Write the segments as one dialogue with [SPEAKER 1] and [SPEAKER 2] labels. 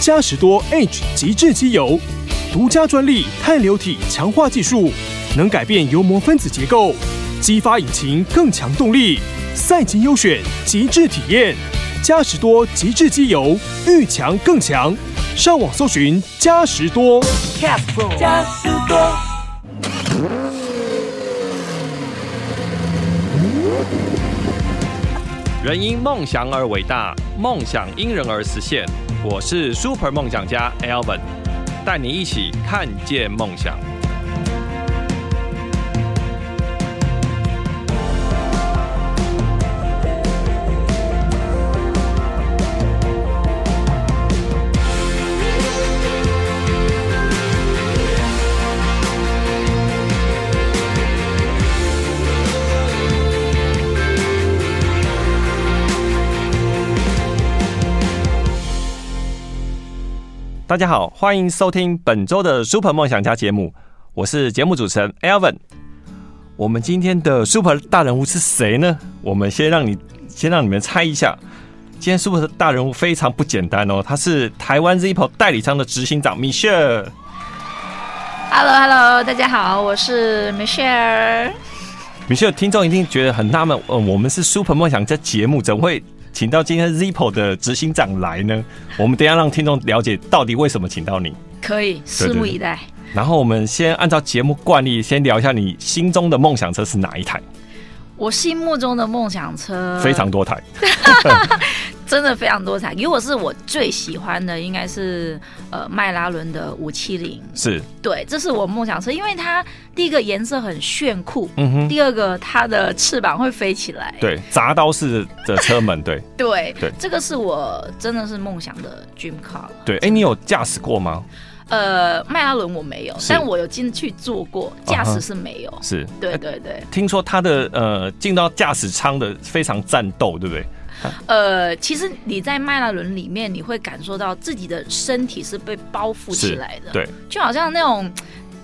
[SPEAKER 1] 嘉实多 H 极致机油，独家专利碳流体强化技术，能改变油膜分子结构，激发引擎更强动力。赛级优选，极致体验，嘉实多极致机油，遇强更强。上网搜寻嘉实多。
[SPEAKER 2] 加士多。
[SPEAKER 3] 人因梦想而伟大，梦想因人而实现。我是 Super 梦想家 Alvin，带你一起看见梦想。大家好，欢迎收听本周的 Super 梦想家节目，我是节目主持人 Alvin。我们今天的 Super 大人物是谁呢？我们先让你先让你们猜一下。今天 Super 大人物非常不简单哦，他是台湾 Zippo 代理商的执行长 Michelle。
[SPEAKER 4] Hello Hello，大家好，我是 Michelle。
[SPEAKER 3] Michelle，听众一定觉得很纳闷，呃，我们是 Super 梦想家节目，怎么会请到今天 Zippo 的执行长来呢？我们等一下让听众了解到底为什么请到你。
[SPEAKER 4] 可以，拭目以待。
[SPEAKER 3] 然后我们先按照节目惯例，先聊一下你心中的梦想车是哪一台？
[SPEAKER 4] 我心目中的梦想车
[SPEAKER 3] 非常多台，
[SPEAKER 4] 真的非常多台。如果是我最喜欢的，应该是呃迈拉伦的五七零，
[SPEAKER 3] 是，
[SPEAKER 4] 对，这是我梦想车，因为它第一个颜色很炫酷，
[SPEAKER 3] 嗯哼，
[SPEAKER 4] 第二个它的翅膀会飞起来，
[SPEAKER 3] 对，铡刀式的车门，对
[SPEAKER 4] 对
[SPEAKER 3] 对
[SPEAKER 4] 这个是我真的是梦想的 dream car 了。
[SPEAKER 3] 对。哎、你有驾驶过吗？
[SPEAKER 4] 呃，迈拉伦我没有，
[SPEAKER 3] 是
[SPEAKER 4] 但我有进去坐过，驾
[SPEAKER 3] 啊哈
[SPEAKER 4] 驶是没有。
[SPEAKER 3] 是，
[SPEAKER 4] 对
[SPEAKER 3] 哎
[SPEAKER 4] 对对，
[SPEAKER 3] 听说它的呃进到驾驶舱的非常战斗，对不对？
[SPEAKER 4] 呃，其实你在迈拉伦里面，你会感受到自己的身体是被包覆起来的，，
[SPEAKER 3] 对，
[SPEAKER 4] 就好像那种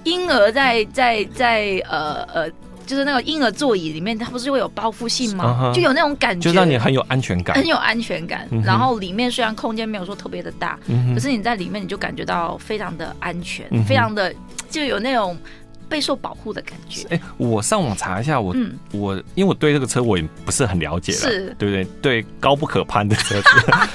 [SPEAKER 4] 婴儿在在在呃呃，就是那个婴儿座椅里面，它不是会有包覆性
[SPEAKER 3] 啊
[SPEAKER 4] 吗？
[SPEAKER 3] 哈
[SPEAKER 4] 就有那种感觉，
[SPEAKER 3] 就让你很有安全感
[SPEAKER 4] 很。有安全感。
[SPEAKER 3] 嗯哼
[SPEAKER 4] 然后里面虽然空间没有说特别的大，
[SPEAKER 3] 嗯哼，
[SPEAKER 4] 可是你在里面你就感觉到非常的安全，
[SPEAKER 3] 嗯哼
[SPEAKER 4] 非常的就有那种备受保护的感觉。
[SPEAKER 3] 哎、我上网查一下，我、
[SPEAKER 4] 嗯，
[SPEAKER 3] 我因为我对这个车我也不是很了解了，
[SPEAKER 4] 是
[SPEAKER 3] 对不对？对高不可攀的车 子，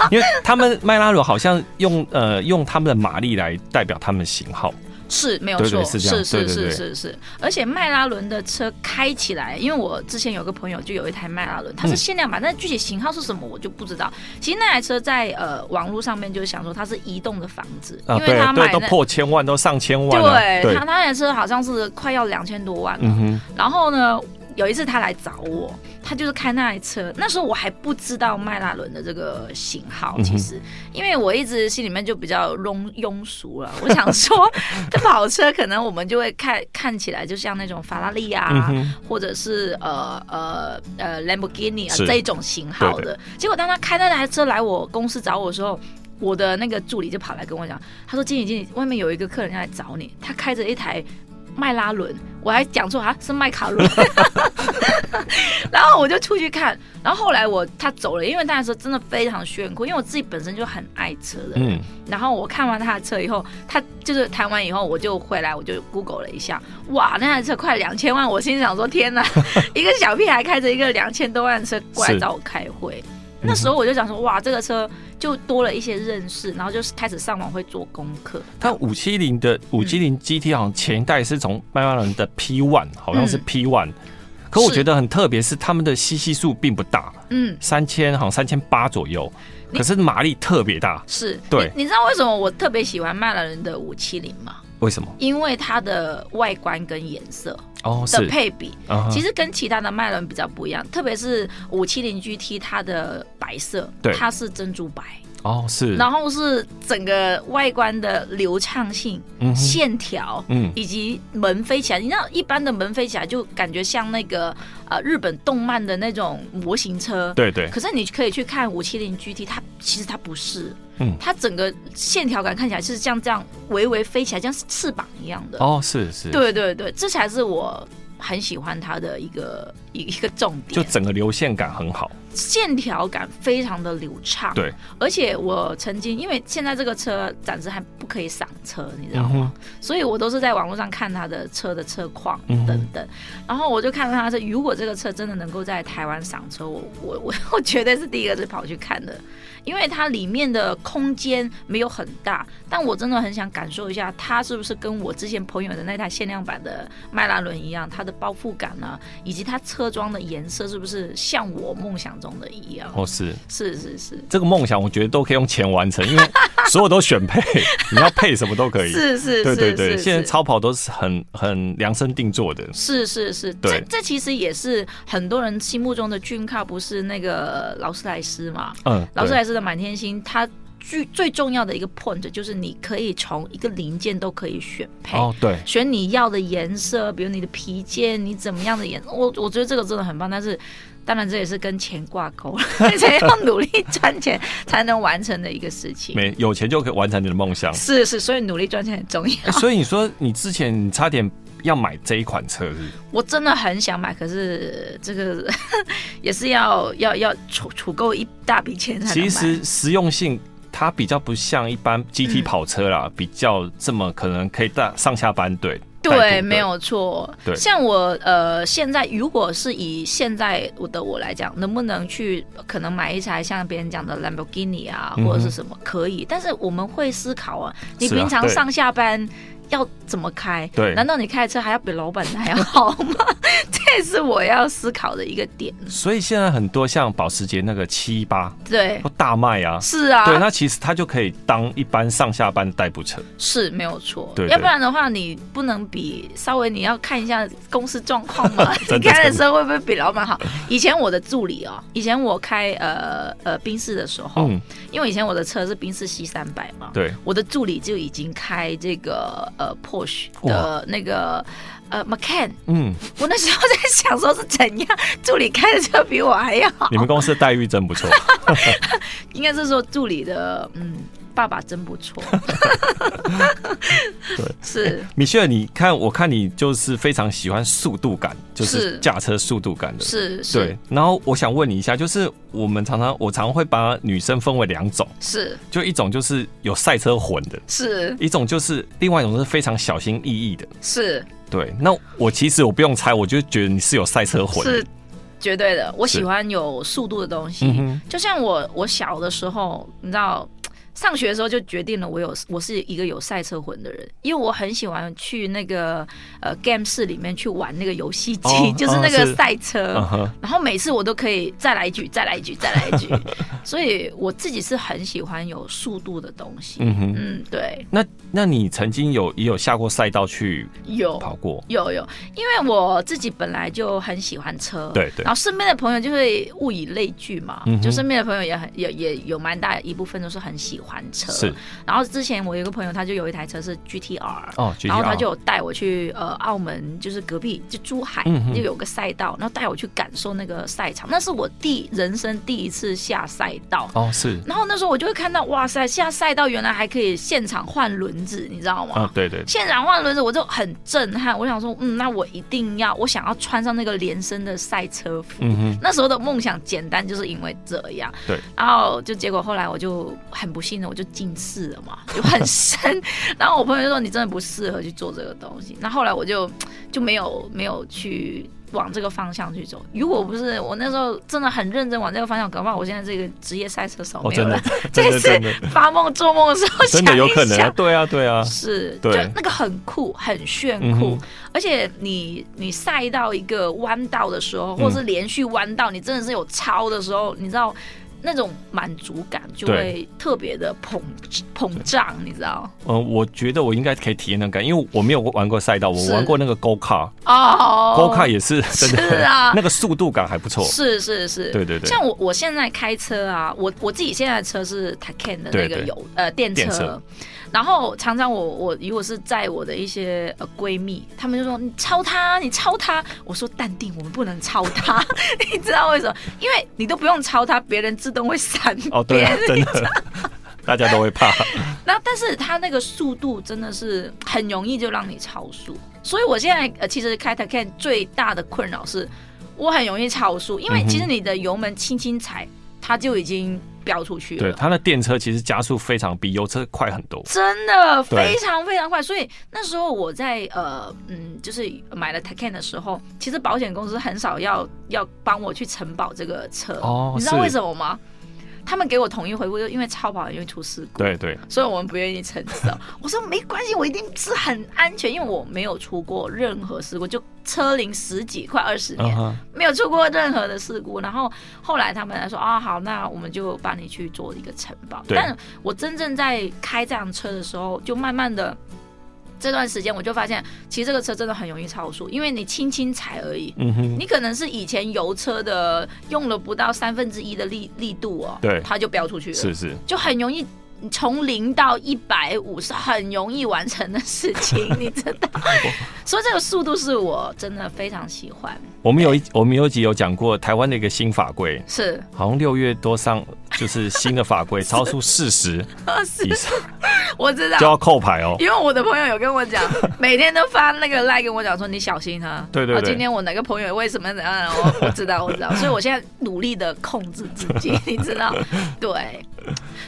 [SPEAKER 3] 因为他们迈拉伦好像用呃用他们的马力来代表他们的型号，
[SPEAKER 4] 是没有
[SPEAKER 3] 对对
[SPEAKER 4] 错，
[SPEAKER 3] 是
[SPEAKER 4] 是
[SPEAKER 3] 这样
[SPEAKER 4] 是
[SPEAKER 3] 对
[SPEAKER 4] 是
[SPEAKER 3] 对对
[SPEAKER 4] 是是而且迈拉伦的车开起来，因为我之前有个朋友就有一台迈拉伦，它是
[SPEAKER 3] 嗯
[SPEAKER 4] 限量版，但是具体型号是什么我就不知道。其实那台车在呃网络上面就是想说它是移动的房子，
[SPEAKER 3] 啊，
[SPEAKER 4] 因为他
[SPEAKER 3] 对对，
[SPEAKER 4] 买
[SPEAKER 3] 都
[SPEAKER 4] 那。
[SPEAKER 3] 破千万，都上千万了、
[SPEAKER 4] 对他，
[SPEAKER 3] 对，
[SPEAKER 4] 他那台车好像是快要两千多万了。
[SPEAKER 3] 嗯
[SPEAKER 4] 然后呢，有一次他来找我，他就是开那台车，那时候我还不知道迈拉伦的这个型号，
[SPEAKER 3] 嗯哼
[SPEAKER 4] 其实、因为我一直心里面就比较庸庸俗了，我想说， 这跑车可能我们就会看看起来就像那种法拉利
[SPEAKER 3] 哼，嗯
[SPEAKER 4] 啊。
[SPEAKER 3] 哼，
[SPEAKER 4] 或者是呃呃呃兰博基尼啊
[SPEAKER 3] 是
[SPEAKER 4] 这一种型号的，
[SPEAKER 3] 对
[SPEAKER 4] 结果当他开那台车来我公司找我的时候，我的那个助理就跑来跟我讲，他说：“经理经理，外面有一个客人要来找你，他开着一台迈拉伦，我还讲错啊，是迈 卡伦。然后我就出去看，然后后来我他走了，因为那台车真的非常炫酷，因为我自己本身就很爱车的人，
[SPEAKER 3] 嗯，
[SPEAKER 4] 然后我看完他的车以后，他就是谈完以后，我就回来，我就 Google 了一下，哇，那台车快两千万，我心想说 天哪，一个小屁孩开着一个两千多万的车过来
[SPEAKER 3] 是
[SPEAKER 4] 找我开会，那时候我就想说哇，这个车就多了一些认识，然后就是开始上网会做功课，
[SPEAKER 3] 它五七零的五七
[SPEAKER 4] 嗯
[SPEAKER 3] 零 GT 好像前一代是从迈拉伦的 P One，好像是
[SPEAKER 4] 嗯
[SPEAKER 3] P One，、可我
[SPEAKER 4] 是
[SPEAKER 3] 觉得很特别，是他们的吸吸数并不大，
[SPEAKER 4] 嗯。
[SPEAKER 3] 三千好像三千八左右，
[SPEAKER 4] 你
[SPEAKER 3] 可是马力特别大，
[SPEAKER 4] 是，
[SPEAKER 3] 对
[SPEAKER 4] 你，你知道为什么我特别喜欢迈拉伦的五七零吗？
[SPEAKER 3] 为什么？
[SPEAKER 4] 因为它的外观跟颜色
[SPEAKER 3] 哦，
[SPEAKER 4] 的
[SPEAKER 3] 是，
[SPEAKER 4] 配比，
[SPEAKER 3] 啊哈
[SPEAKER 4] 其实跟其他的迈伦比较不一样，特别是五七零 GT 它的白色，
[SPEAKER 3] 对
[SPEAKER 4] 它是珍珠白，
[SPEAKER 3] 哦是，
[SPEAKER 4] 然后是整个外观的流畅性、
[SPEAKER 3] 嗯哼
[SPEAKER 4] 线条。
[SPEAKER 3] 嗯，
[SPEAKER 4] 以及门飞起来，你知道一般的门飞起来就感觉像那个呃日本动漫的那种模型车，
[SPEAKER 3] 对对，
[SPEAKER 4] 可是你可以去看五七零 GT，它其实它不是，
[SPEAKER 3] 嗯
[SPEAKER 4] 它整个线条感看起来是像这样微微飞起来，像翅膀一样的。
[SPEAKER 3] 哦是是，
[SPEAKER 4] 对对对，这才是我很喜欢它的一个一一个重
[SPEAKER 3] 就
[SPEAKER 4] 点，
[SPEAKER 3] 整个流线感很好。
[SPEAKER 4] 线条感非常的流畅。
[SPEAKER 3] 对，
[SPEAKER 4] 而且我曾经因为现在这个车暂时还不可以赏车，你知道
[SPEAKER 3] 嗯
[SPEAKER 4] 吗？
[SPEAKER 3] 哼，
[SPEAKER 4] 所以我都是在网络上看他的车的车况
[SPEAKER 3] 嗯哼
[SPEAKER 4] 等等，然后我就看到他是，如果这个车真的能够在台湾赏车，我 我我我绝对是第一个是跑去看的，因为它里面的空间没有很大，但我真的很想感受一下，它是不是跟我之前朋友的那台限量版的迈拉伦一样，它的包覆感呢、以及它车装的颜色是不是像我梦想中的一样？
[SPEAKER 3] 哦是，
[SPEAKER 4] 是是是
[SPEAKER 3] 这个梦想我觉得都可以用钱完成，因 为所有都选配， 你要配什么都可以。
[SPEAKER 4] 是是
[SPEAKER 3] 对
[SPEAKER 4] 是
[SPEAKER 3] 对
[SPEAKER 4] 是
[SPEAKER 3] 对，
[SPEAKER 4] 是
[SPEAKER 3] 现在超跑都是很很量身定做的。
[SPEAKER 4] 是是是，
[SPEAKER 3] 对
[SPEAKER 4] 这这其实也是很多人心目中的俊靠，不是那个劳斯莱斯嘛？
[SPEAKER 3] 嗯，
[SPEAKER 4] 劳斯
[SPEAKER 3] 对
[SPEAKER 4] 莱斯的满天星，它最最重要的一个 point 就是你可以从一个零件都可以选配。
[SPEAKER 3] 哦对，
[SPEAKER 4] 选你要的颜色，比如你的皮件，你怎么样的颜色，我我觉得这个真的很棒。但是，当然这也是跟钱挂钩了， 而且要努力赚钱才能完成的一个事情。
[SPEAKER 3] 没有钱就可以完成你的梦想。
[SPEAKER 4] 是是，所以努力赚钱很重要。
[SPEAKER 3] 欸所以你说你之前差点要买这一款车是不是
[SPEAKER 4] 我真的很想买，可是这个 也是要要要储储够一大笔钱才能买。
[SPEAKER 3] 其
[SPEAKER 4] 嗯
[SPEAKER 3] 实实用性它比较不像一般 GT 跑车啦，比较这么可能可以带上下班对。带
[SPEAKER 4] 对，
[SPEAKER 3] 路
[SPEAKER 4] 没。有错
[SPEAKER 3] 对。
[SPEAKER 4] 像我呃，现在如果是以现在我的我来讲，能不能去可能买一台像别人讲的 Lamborghini 啊，
[SPEAKER 3] 嗯哼
[SPEAKER 4] 或者是什么可以？但是我们会思考啊，你
[SPEAKER 3] 是啊
[SPEAKER 4] 平常
[SPEAKER 3] 对
[SPEAKER 4] 上下班。要怎么开？
[SPEAKER 3] 对
[SPEAKER 4] 难道你开的车还要比老板的还要好吗？ 这也是我要思考的一个点。
[SPEAKER 3] 所以现在很多像保时捷那个七八
[SPEAKER 4] 对
[SPEAKER 3] 或，大卖啊，
[SPEAKER 4] 是啊，
[SPEAKER 3] 对，那其实它就可以当一般上下班的代步车。
[SPEAKER 4] 是没有错，
[SPEAKER 3] 对对。
[SPEAKER 4] 要不然的话，你不能比稍微你要看一下公司状况嘛
[SPEAKER 3] 真的
[SPEAKER 4] 你开的时候会不会比老板好？以前我的助理哦，以前我开呃呃宾士的时候，
[SPEAKER 3] 嗯，
[SPEAKER 4] 因为以前我的车是宾士 C 三百嘛，
[SPEAKER 3] 对，
[SPEAKER 4] 我的助理就已经开这个呃 Porsche 的那个呃 Macan，
[SPEAKER 3] 嗯，
[SPEAKER 4] 我那时候在想说是怎样 助理开的车比我还要好
[SPEAKER 3] 你，们公司的待遇真不 错。
[SPEAKER 4] 应该是说助理的嗯爸爸真不错，
[SPEAKER 3] 对，
[SPEAKER 4] 是。
[SPEAKER 3] 米歇尔，你看，我看你就是非常喜欢速度感，就是
[SPEAKER 4] 是
[SPEAKER 3] 驾车速度感的。
[SPEAKER 4] 是
[SPEAKER 3] 对
[SPEAKER 4] 是，
[SPEAKER 3] 然后我想问你一下，就是我们常常我常会把女生分为两种，
[SPEAKER 4] 是
[SPEAKER 3] 就一种就是有赛车魂的，
[SPEAKER 4] 是
[SPEAKER 3] 一种就是另外一种是非常小心翼翼的。
[SPEAKER 4] 是
[SPEAKER 3] 对，那我其实我不用猜，我就觉得你是有赛车魂。
[SPEAKER 4] 是，绝对的。我
[SPEAKER 3] 是
[SPEAKER 4] 喜欢有速度的东
[SPEAKER 3] 嗯
[SPEAKER 4] 西，
[SPEAKER 3] 哼，
[SPEAKER 4] 就像我我小的时候，你知道。上学的时候就决定了，我有我是一个有赛车魂的人，因为我很喜欢去那个呃 game 室里面去玩那个游戏机，
[SPEAKER 3] 哦
[SPEAKER 4] 就是那
[SPEAKER 3] 哦
[SPEAKER 4] 个
[SPEAKER 3] 是
[SPEAKER 4] 赛车。
[SPEAKER 3] 嗯哼，
[SPEAKER 4] 然后每次我都可以再来一句，再来一句，再来 一句，
[SPEAKER 3] 嗯
[SPEAKER 4] 所以我自己是很喜欢有速度的东西。
[SPEAKER 3] 嗯哼。
[SPEAKER 4] 嗯，对，
[SPEAKER 3] 那那你曾经有也有下过赛道去
[SPEAKER 4] 有
[SPEAKER 3] 跑过？
[SPEAKER 4] 有有，因为我自己本来就很喜欢车，
[SPEAKER 3] 对对
[SPEAKER 4] 然后身边的朋友就会物以类聚嘛，
[SPEAKER 3] 嗯哼
[SPEAKER 4] 就身边的朋友也很也也有蛮大一部分都是很喜欢车，
[SPEAKER 3] 是。
[SPEAKER 4] 然后之前我有一个朋友，他就有一台车是 GTR。
[SPEAKER 3] 哦，
[SPEAKER 4] 然后他
[SPEAKER 3] GTR
[SPEAKER 4] 就有带我去呃澳门，就是隔壁就珠海，
[SPEAKER 3] 嗯哼
[SPEAKER 4] 就有个赛道，然后带我去感受那个赛场，那是我第人生第一次下赛道。
[SPEAKER 3] 哦是
[SPEAKER 4] 然后那时候我就会看到，哇塞，下赛道原来还可以现场换轮子，你知道吗？
[SPEAKER 3] 啊，对对，
[SPEAKER 4] 现场换轮子，我就很震撼。我想说，嗯，那我一定要，我想要穿上那个连身的赛车服。
[SPEAKER 3] 嗯哼，
[SPEAKER 4] 那时候的梦想简单，就是因为这样。
[SPEAKER 3] 对，
[SPEAKER 4] 然后就结果后来我就很不幸的，我就近视了嘛， 就很深。然后我朋友就说你真的不适合去做这个东西。那后来我就就没有没有去往这个方向去走。如果不是我那时候真的很认真往这个方向，搞不好我现在这个职业赛车手
[SPEAKER 3] 哦
[SPEAKER 4] 没有
[SPEAKER 3] 真的
[SPEAKER 4] 了。
[SPEAKER 3] 真
[SPEAKER 4] 这
[SPEAKER 3] 的
[SPEAKER 4] 次
[SPEAKER 3] 真的
[SPEAKER 4] 发梦做梦的时候
[SPEAKER 3] 真
[SPEAKER 4] 想一
[SPEAKER 3] 的
[SPEAKER 4] 想，
[SPEAKER 3] 有可能啊，对啊对啊，
[SPEAKER 4] 是，就
[SPEAKER 3] 对
[SPEAKER 4] 那个很酷，很炫
[SPEAKER 3] 嗯
[SPEAKER 4] 酷
[SPEAKER 3] 哼，
[SPEAKER 4] 而且你你赛到一个弯道的时候，
[SPEAKER 3] 嗯
[SPEAKER 4] 或是连续弯道，你真的是有超的时候，你知道那种满足感就
[SPEAKER 3] 对
[SPEAKER 4] 会特别的膨膨胀，你知道？
[SPEAKER 3] 嗯，我觉得我应该可以体验那感，因为我没有玩过赛道，我
[SPEAKER 4] 是
[SPEAKER 3] 玩过那个 go car，go
[SPEAKER 4] 哦
[SPEAKER 3] car 也是真的，
[SPEAKER 4] 是啊
[SPEAKER 3] 那个速度感还不错。
[SPEAKER 4] 是是是，
[SPEAKER 3] 对对对
[SPEAKER 4] 像我我现在开车啊，我我自己现在的车是 Taycan 的
[SPEAKER 3] 对对
[SPEAKER 4] 那个油呃电车，
[SPEAKER 3] 电车
[SPEAKER 4] 然后常常我我如果是在我的一些呃闺蜜，她们就说你超她，你超她，我说淡定，我们不能超她， 你知道为什么？因为
[SPEAKER 3] 哦啊
[SPEAKER 4] 你都不用超她，别人自动会闪 边。
[SPEAKER 3] 哦，对啊，真的，大家都会怕。
[SPEAKER 4] 然后但是它那个速度真的是很容易就让你超速，所以我现在呃其实开 Taycan 最大的困扰是，我很容易超速，因为其实你的油门轻轻踩，它就已经飙出去
[SPEAKER 3] 对，
[SPEAKER 4] 了。
[SPEAKER 3] 它的电车其实加速非常比油车快很多。
[SPEAKER 4] 真的
[SPEAKER 3] 对
[SPEAKER 4] 非常非常快，所以那时候我在呃嗯，就是买了 Taycan 的时候，其实保险公司很少要要帮我去承保这个车，
[SPEAKER 3] 哦
[SPEAKER 4] 你知道为
[SPEAKER 3] 是
[SPEAKER 4] 什么吗？他们给我统一回复，就因为超跑很容易出事故，
[SPEAKER 3] 对对，
[SPEAKER 4] 所以我们不愿意承受。 我说没关系，我一定是很安全，因为我没有出过任何事故，就车龄十几快二十
[SPEAKER 3] 嗯
[SPEAKER 4] 年，
[SPEAKER 3] 哼，
[SPEAKER 4] 没有出过任何的事故。然后后来他们来说啊，好，那我们就帮你去做一个承保。
[SPEAKER 3] 对
[SPEAKER 4] 但我真正在开这辆车的时候，就慢慢的。这段时间我就发现，其实这个车真的很容易超速，因为你轻轻踩而已，
[SPEAKER 3] 嗯哼，
[SPEAKER 4] 你可能是以前油车的用了不到三分之一的力力度哦，
[SPEAKER 3] 对
[SPEAKER 4] 它就飙出去了。
[SPEAKER 3] 是是，
[SPEAKER 4] 就很容易从零到一百五是很容易完成的事情，你知 道？所以这个速度是我真的非常喜欢，
[SPEAKER 3] 我们有一我们有一集有讲过台湾的一个新法规，
[SPEAKER 4] 是
[SPEAKER 3] 好像六月多上就是新的法 规，超速四十
[SPEAKER 4] 二十
[SPEAKER 3] 以，上
[SPEAKER 4] 我知
[SPEAKER 3] 就
[SPEAKER 4] 道。
[SPEAKER 3] 要扣牌哦。
[SPEAKER 4] 因为我的朋友有跟 我讲，每天都发那个赖跟我讲说你小心啊。
[SPEAKER 3] 对对
[SPEAKER 4] 啊
[SPEAKER 3] 对
[SPEAKER 4] 今天我哪个朋友为什么怎样？我我知道，我知 道。所以我现在努力的控制自己，你知道？对。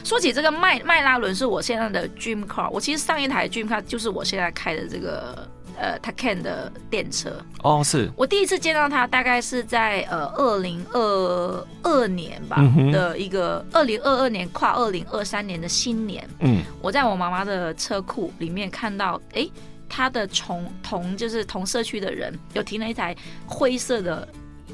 [SPEAKER 4] 说起这个迈迈拉伦是我现在的 dream car，我其实上一台 dream car 就是我现在开的这个呃 Tacan 的电车。
[SPEAKER 3] 哦，是，
[SPEAKER 4] 我第一次见到他大概是在呃二零二二年吧、
[SPEAKER 3] 嗯哼
[SPEAKER 4] 的一个二零二二年跨二零二三年的新年，
[SPEAKER 3] 嗯，
[SPEAKER 4] 我在我妈妈的车库里面看到，诶，她的同同就是同社区的人有停了一台灰色的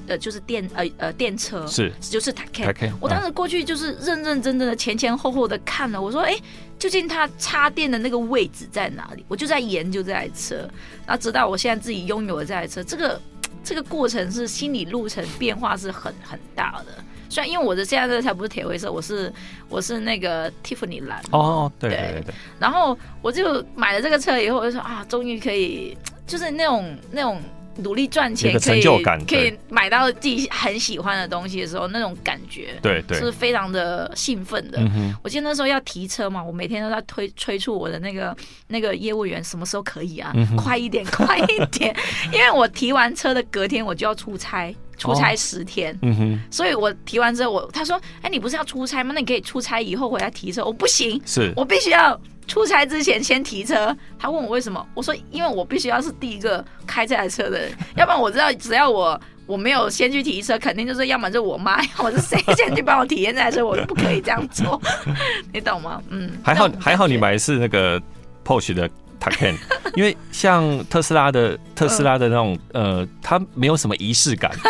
[SPEAKER 4] 呃就是电呃呃电车，
[SPEAKER 3] 是嗯
[SPEAKER 4] 就是 t a c a
[SPEAKER 3] Taycan，
[SPEAKER 4] 哎我当时过去就是认认真真的前前后后的看了，我说，哎、究竟它插电的那个位置在哪里？我就在研究这台车，然后直到我现在自己拥有了这台车，这个这个过程是心理路程变化是很很大的。虽然因为我的现在这台不是铁灰色，我是我是那个 Tiffany 蓝，
[SPEAKER 3] 哦哦，对
[SPEAKER 4] 对
[SPEAKER 3] 对对对，
[SPEAKER 4] 然后我就买了这个车以后，我就说啊，终于可以，就是那种那种努力赚
[SPEAKER 3] 有
[SPEAKER 4] 钱，
[SPEAKER 3] 个
[SPEAKER 4] 可
[SPEAKER 3] 成
[SPEAKER 4] 以
[SPEAKER 3] 就感
[SPEAKER 4] 可
[SPEAKER 3] 对
[SPEAKER 4] 以买到自己很喜欢的东西的时候，那种感觉
[SPEAKER 3] 对
[SPEAKER 4] 是
[SPEAKER 3] 对，
[SPEAKER 4] 非常的兴奋的。
[SPEAKER 3] 嗯哼，
[SPEAKER 4] 我记得那时候要提车嘛，我每天都在推催促我的那个那个业务员什么时候可以啊，
[SPEAKER 3] 嗯哼
[SPEAKER 4] 快一点， 快一点，因为我提完车的隔天我就要出差，出差十天。
[SPEAKER 3] 嗯哼，
[SPEAKER 4] 所以我提完之后，我他说：“哎，你不是要出差吗？那你可以出差以后回来提车。”我不行，
[SPEAKER 3] 是，
[SPEAKER 4] 我必须要出差之前先提车。他问我为什么，我说因为我必须要是第一个开这台车的人，要不然我知道只要我我没有先去提车，肯定就是要么就我妈，要么是谁先去帮我体验这台车，我不可以这样做， 你懂吗？嗯，
[SPEAKER 3] 还好
[SPEAKER 4] 那种感觉
[SPEAKER 3] 还好你买的是那个 Porsche 的 Taycan，因为像特斯拉的特斯
[SPEAKER 4] 嗯
[SPEAKER 3] 拉的那种呃，它没有什么仪式 感，
[SPEAKER 4] 啊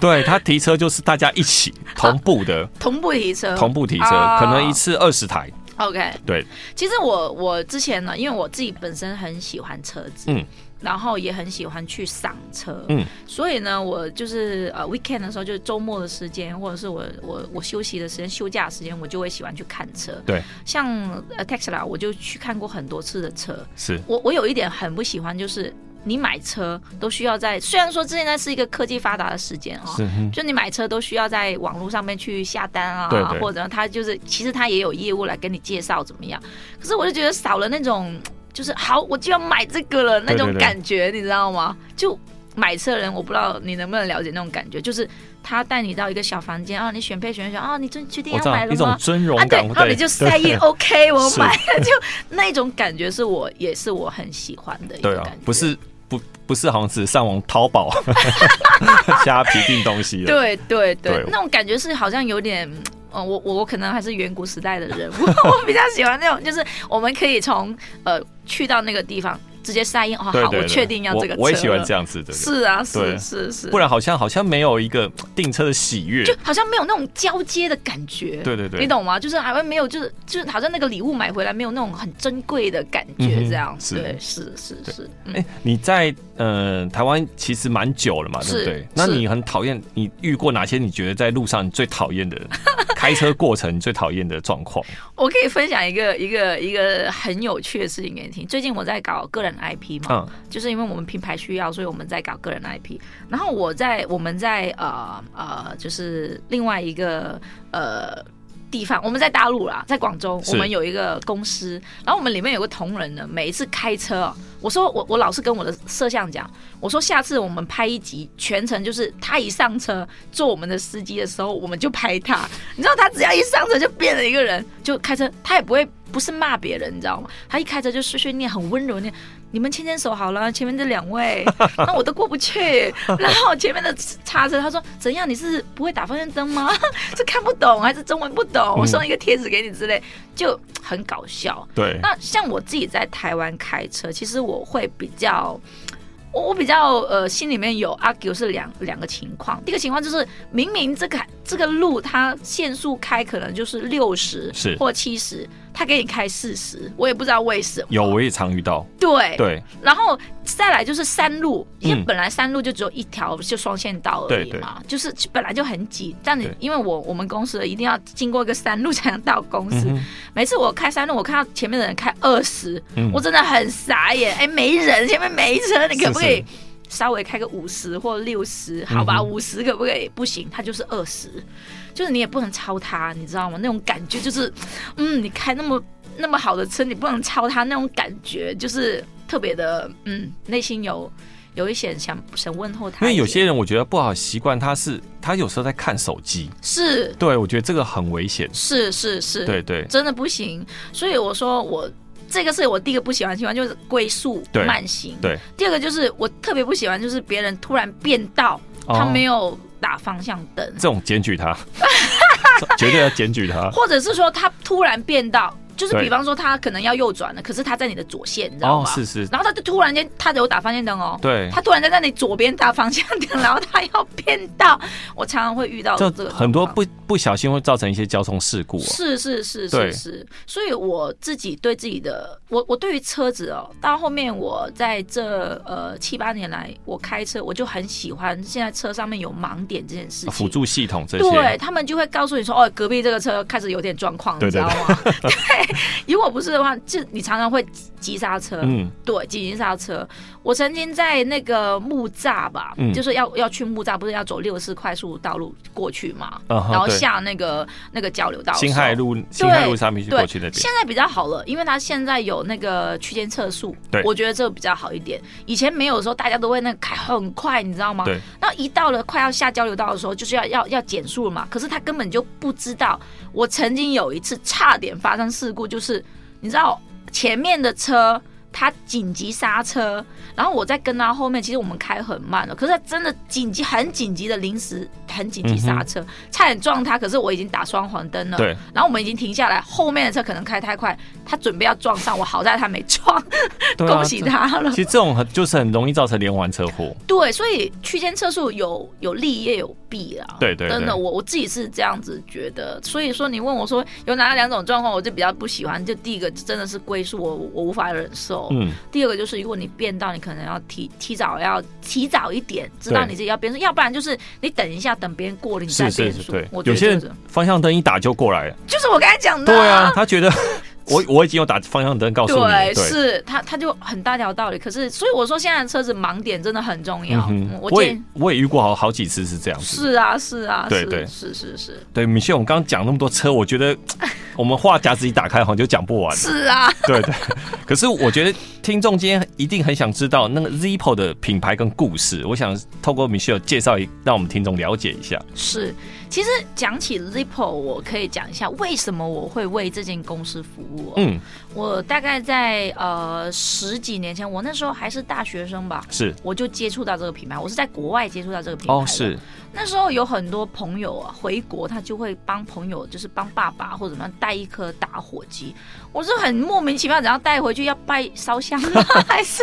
[SPEAKER 3] 对，它提车就是大家一起同步的
[SPEAKER 4] 同步提车，
[SPEAKER 3] 同步提车
[SPEAKER 4] 哦，
[SPEAKER 3] 可能一次二十台，
[SPEAKER 4] OK，
[SPEAKER 3] 对，
[SPEAKER 4] 其实我我之前呢，因为我自己本身很喜欢车子，
[SPEAKER 3] 嗯
[SPEAKER 4] 然后也很喜欢去赏车，
[SPEAKER 3] 嗯，
[SPEAKER 4] 所以呢，我就是呃 weekend 的时候，就是周末的时间，或者是我我我休息的时间、休假的时间，我就会喜欢去看车。
[SPEAKER 3] 对，
[SPEAKER 4] 像呃 Tesla，我就去看过很多次的车。
[SPEAKER 3] 是
[SPEAKER 4] 我我有一点很不喜欢，就是你买车都需要在，虽然说现在是一个科技发达的时间哦，
[SPEAKER 3] 是，嗯
[SPEAKER 4] 就你买车都需要在网络上面去下单啊，
[SPEAKER 3] 对对
[SPEAKER 4] 或者他就是其实他也有业务来跟你介绍怎么样。可是我就觉得少了那种就是好，我就要买这个了那种
[SPEAKER 3] 对对
[SPEAKER 4] 感觉，你知道吗？就买车人，我不知道你能不能了解那种感觉，就是他带你到一个小房间啊，你选配选一选啊，你真确定
[SPEAKER 3] 我
[SPEAKER 4] 要
[SPEAKER 3] 知
[SPEAKER 4] 买
[SPEAKER 3] 道
[SPEAKER 4] 了
[SPEAKER 3] 一种
[SPEAKER 4] 吗？
[SPEAKER 3] 尊荣
[SPEAKER 4] 啊，对
[SPEAKER 3] 感，，
[SPEAKER 4] 然后你就塞印
[SPEAKER 3] 对
[SPEAKER 4] OK，我
[SPEAKER 3] 是
[SPEAKER 4] 买了，就那种感觉是我也是我很喜欢的一个
[SPEAKER 3] 对
[SPEAKER 4] 感
[SPEAKER 3] 啊
[SPEAKER 4] 觉，，
[SPEAKER 3] 不是不不是好像只上网淘宝 瞎批定东西了，
[SPEAKER 4] 对对对，
[SPEAKER 3] 对
[SPEAKER 4] 那种感觉是好像有点。呃，我我我可能还是远古时代的 人，我我比较喜欢那种，就是我们可以从呃去到那个地方直接塞印哦，
[SPEAKER 3] 对
[SPEAKER 4] 好，
[SPEAKER 3] 对
[SPEAKER 4] 我
[SPEAKER 3] 对
[SPEAKER 4] 确定要这个车
[SPEAKER 3] 我我也喜欢
[SPEAKER 4] 了
[SPEAKER 3] 这样子的，
[SPEAKER 4] 是啊，
[SPEAKER 3] 对
[SPEAKER 4] 是是是，
[SPEAKER 3] 不然好像好像没有一个订车的喜悦，
[SPEAKER 4] 就好像没有那种交接的感觉，
[SPEAKER 3] 对对对
[SPEAKER 4] 你懂吗？就是好像没有，就是就是好像那个礼物买回来没有那种很珍贵的感觉，
[SPEAKER 3] 嗯哼
[SPEAKER 4] 这样，
[SPEAKER 3] 是
[SPEAKER 4] 对，是是是，嗯
[SPEAKER 3] 哎、你在呃台湾其实蛮久了嘛，对
[SPEAKER 4] 是
[SPEAKER 3] 不对
[SPEAKER 4] 是？
[SPEAKER 3] 那你很讨厌，你遇过哪些你觉得在路上你最讨厌的开车过程你最讨厌的状况？
[SPEAKER 4] 我可以分享一个一个一个很有趣的事情给你听。最近我在搞个人 IP 嘛，
[SPEAKER 3] 嗯，
[SPEAKER 4] 就是因为我们品牌需要，所以我们在搞个人 IP。然后我在我们在呃呃，就是另外一个呃地方，我们在大陆啦，在广州，
[SPEAKER 3] 是
[SPEAKER 4] 我们有一个公司，然后我们里面有个同仁呢，每一次开车、哦，我说我我老是跟我的摄像讲，我说下次我们拍一集，全程就是他一上车做我们的司机的时候，我们就拍他，你知道他只要一上车就变了一个人，就开车，他也不会不是骂别人，你知道吗？他一开车就碎碎念，很温柔地念。你们牵牵手好了，前面这 两位，那我都过不去。然后前面的叉车，他说怎样？你是不会打方向灯吗？ 是看不懂还是中文不懂？
[SPEAKER 3] 嗯
[SPEAKER 4] 我送一个贴纸给你之类，就很搞笑。
[SPEAKER 3] 对，
[SPEAKER 4] 那像我自己在台湾开车，其实我会比较，我我比较呃心里面有 argue 是两两个情况。第一个情况就是明明这个这个路它限速开可能就是六十
[SPEAKER 3] 是
[SPEAKER 4] 或七十，他给你开四十，我也不知道为什么。
[SPEAKER 3] 有我也常遇到，
[SPEAKER 4] 对
[SPEAKER 3] 对
[SPEAKER 4] 然后再来就是山路，因为
[SPEAKER 3] 嗯
[SPEAKER 4] 本来山路就只有一条就双线道而已嘛，就是本来就很挤。但你
[SPEAKER 3] 对
[SPEAKER 4] 因为我我们公司一定要经过一个山路才能到公司，
[SPEAKER 3] 嗯
[SPEAKER 4] 每次我开山路，我看到前面的人开二十、
[SPEAKER 3] 嗯
[SPEAKER 4] 我真的很傻眼。哎，没人，前面没车，你可不可
[SPEAKER 3] 是
[SPEAKER 4] 以稍微开个五十或六十？好吧，
[SPEAKER 3] 嗯
[SPEAKER 4] 五十、可不可以？不行，他就是二十，就是你也不能超他，你知道吗？那种感觉就是，嗯，你开那么那么好的车，你不能超他，那种感觉就是特别的，嗯，内心有有一些想想问候他
[SPEAKER 3] 因
[SPEAKER 4] 一
[SPEAKER 3] 为
[SPEAKER 4] 点，
[SPEAKER 3] 有些人我觉得不好习惯，他是他有时候在看手机，
[SPEAKER 4] 是
[SPEAKER 3] 对我觉得这个很危险，
[SPEAKER 4] 是是是，
[SPEAKER 3] 对对
[SPEAKER 4] 真的不行。所以我说我这个是我第一个不喜欢的情况，就是龟速
[SPEAKER 3] 对
[SPEAKER 4] 慢行。
[SPEAKER 3] 对，
[SPEAKER 4] 第二个就是我特别不喜欢，就是别人突然变道，他
[SPEAKER 3] 哦
[SPEAKER 4] 没有打方向灯，
[SPEAKER 3] 这种检举他， 绝对要检举他。
[SPEAKER 4] 或者是说他突然变道。就是
[SPEAKER 3] 对
[SPEAKER 4] 比方说他可能要右转了，可是他在你的左线，你知道吗？
[SPEAKER 3] 哦是是
[SPEAKER 4] 然后他就突然间他有打方向灯哦，
[SPEAKER 3] 对
[SPEAKER 4] 他突然间在你左边打方向灯，然后他要变道，我常常会遇到
[SPEAKER 3] 这
[SPEAKER 4] 这个
[SPEAKER 3] 很多
[SPEAKER 4] 状况
[SPEAKER 3] 不不小心会造成一些交通事故、哦。
[SPEAKER 4] 是是是
[SPEAKER 3] 对
[SPEAKER 4] 是是，所以我自己对自己的，我我对于车子哦，到后面我在这呃七八年来，我开车我就很喜欢现在车上面有盲点这件事情。
[SPEAKER 3] 啊辅助系统这
[SPEAKER 4] 对
[SPEAKER 3] 些，
[SPEAKER 4] 他们就会告诉你说，哦，隔壁这个车开始有点状况，
[SPEAKER 3] 对
[SPEAKER 4] 你知
[SPEAKER 3] 对
[SPEAKER 4] 道吗？对，如果不是的话，就你常常会急刹车，
[SPEAKER 3] 嗯，
[SPEAKER 4] 对，紧急刹车。我曾经在那个木栅吧，
[SPEAKER 3] 嗯
[SPEAKER 4] 就是要要去木栅，不是要走六四快速道路过去嘛，
[SPEAKER 3] 嗯哼
[SPEAKER 4] 然后
[SPEAKER 3] 对
[SPEAKER 4] 下那个那个交流道的时候，
[SPEAKER 3] 辛亥路辛亥路上面去
[SPEAKER 4] 对
[SPEAKER 3] 过去那边
[SPEAKER 4] 现在比较好了，因为它现在有那个区间测速，
[SPEAKER 3] 对
[SPEAKER 4] 我觉得这个比较好一点。以前没有的时候，大家都会那个开很快，你知道吗？
[SPEAKER 3] 对。
[SPEAKER 4] 那一到了快要下交流道的时候，就是要要要减速了嘛。可是他根本就不知道，我曾经有一次差点发生事故，就是你知道前面的车。他紧急刹车，然后我在跟他后面，其实我们开很慢了，可是他真的紧急、很紧急的临时、很紧急刹车，差点撞他，可是我已经打双黄灯了。
[SPEAKER 3] 嗯对，
[SPEAKER 4] 然后我们已经停下来，后面的车可能开太快，他准备要撞上我，好在他没撞，
[SPEAKER 3] 对啊
[SPEAKER 4] 恭喜。他了
[SPEAKER 3] 这其。实这种很就是很容易造成连环车祸，
[SPEAKER 4] 对，所以区间测速有有利也有弊啊。
[SPEAKER 3] 对对
[SPEAKER 4] 真
[SPEAKER 3] 对
[SPEAKER 4] 的，我我自己是这样子觉得。所以说，你问我说有哪两种状况，我就比较不喜欢。就第一个真的是龟速，我我无法忍受。
[SPEAKER 3] 嗯，
[SPEAKER 4] 第二个就是，如果你变道，你可能要提提早要提早一点，知道
[SPEAKER 3] 对
[SPEAKER 4] 你自己要变速，要不然就是你等一下等别人过了你再
[SPEAKER 3] 是
[SPEAKER 4] 变
[SPEAKER 3] 是
[SPEAKER 4] 速。
[SPEAKER 3] 是，对
[SPEAKER 4] 我，觉
[SPEAKER 3] 有
[SPEAKER 4] 得
[SPEAKER 3] 些
[SPEAKER 4] 这个
[SPEAKER 3] 人方向灯一打就过来了，
[SPEAKER 4] 就是我刚才讲的、
[SPEAKER 3] 对啊，他觉得 我我已经有打方向灯告诉你了，对，
[SPEAKER 4] 是他他就很大条道理。可是，所以我说现在的车子盲点真的很重要。
[SPEAKER 3] 嗯哼
[SPEAKER 4] 我，
[SPEAKER 3] 我
[SPEAKER 4] 建
[SPEAKER 3] 也
[SPEAKER 4] 议
[SPEAKER 3] 我也遇过好好几次是这样子，
[SPEAKER 4] 是啊，是啊，
[SPEAKER 3] 对
[SPEAKER 4] 是
[SPEAKER 3] 对
[SPEAKER 4] 是是是
[SPEAKER 3] 对，米歇，我们刚刚讲那么多车，我觉 得我们话匣子一打开好像就讲不完了，
[SPEAKER 4] 是啊，
[SPEAKER 3] 对对。可是我觉得听众今天一定很想知道那个 Zippo 的品牌跟故事，我想透过米歇尔介绍一，让我们听众了解一下。
[SPEAKER 4] 是。其实讲起 Zippo，我可以讲一下为什么我会为这间公司服务哦、
[SPEAKER 3] 嗯，
[SPEAKER 4] 我大概在呃十几年前，我那时候还是大学生吧。
[SPEAKER 3] 是
[SPEAKER 4] 我就接触到这个品牌，我是在国外接触到这个品牌的。
[SPEAKER 3] 哦，是
[SPEAKER 4] 那时候有很多朋友啊，回国他就会帮朋友，就是帮爸爸或者怎么样带一颗打火机。我是很莫名其妙，然后带回去要拜烧香吗？还是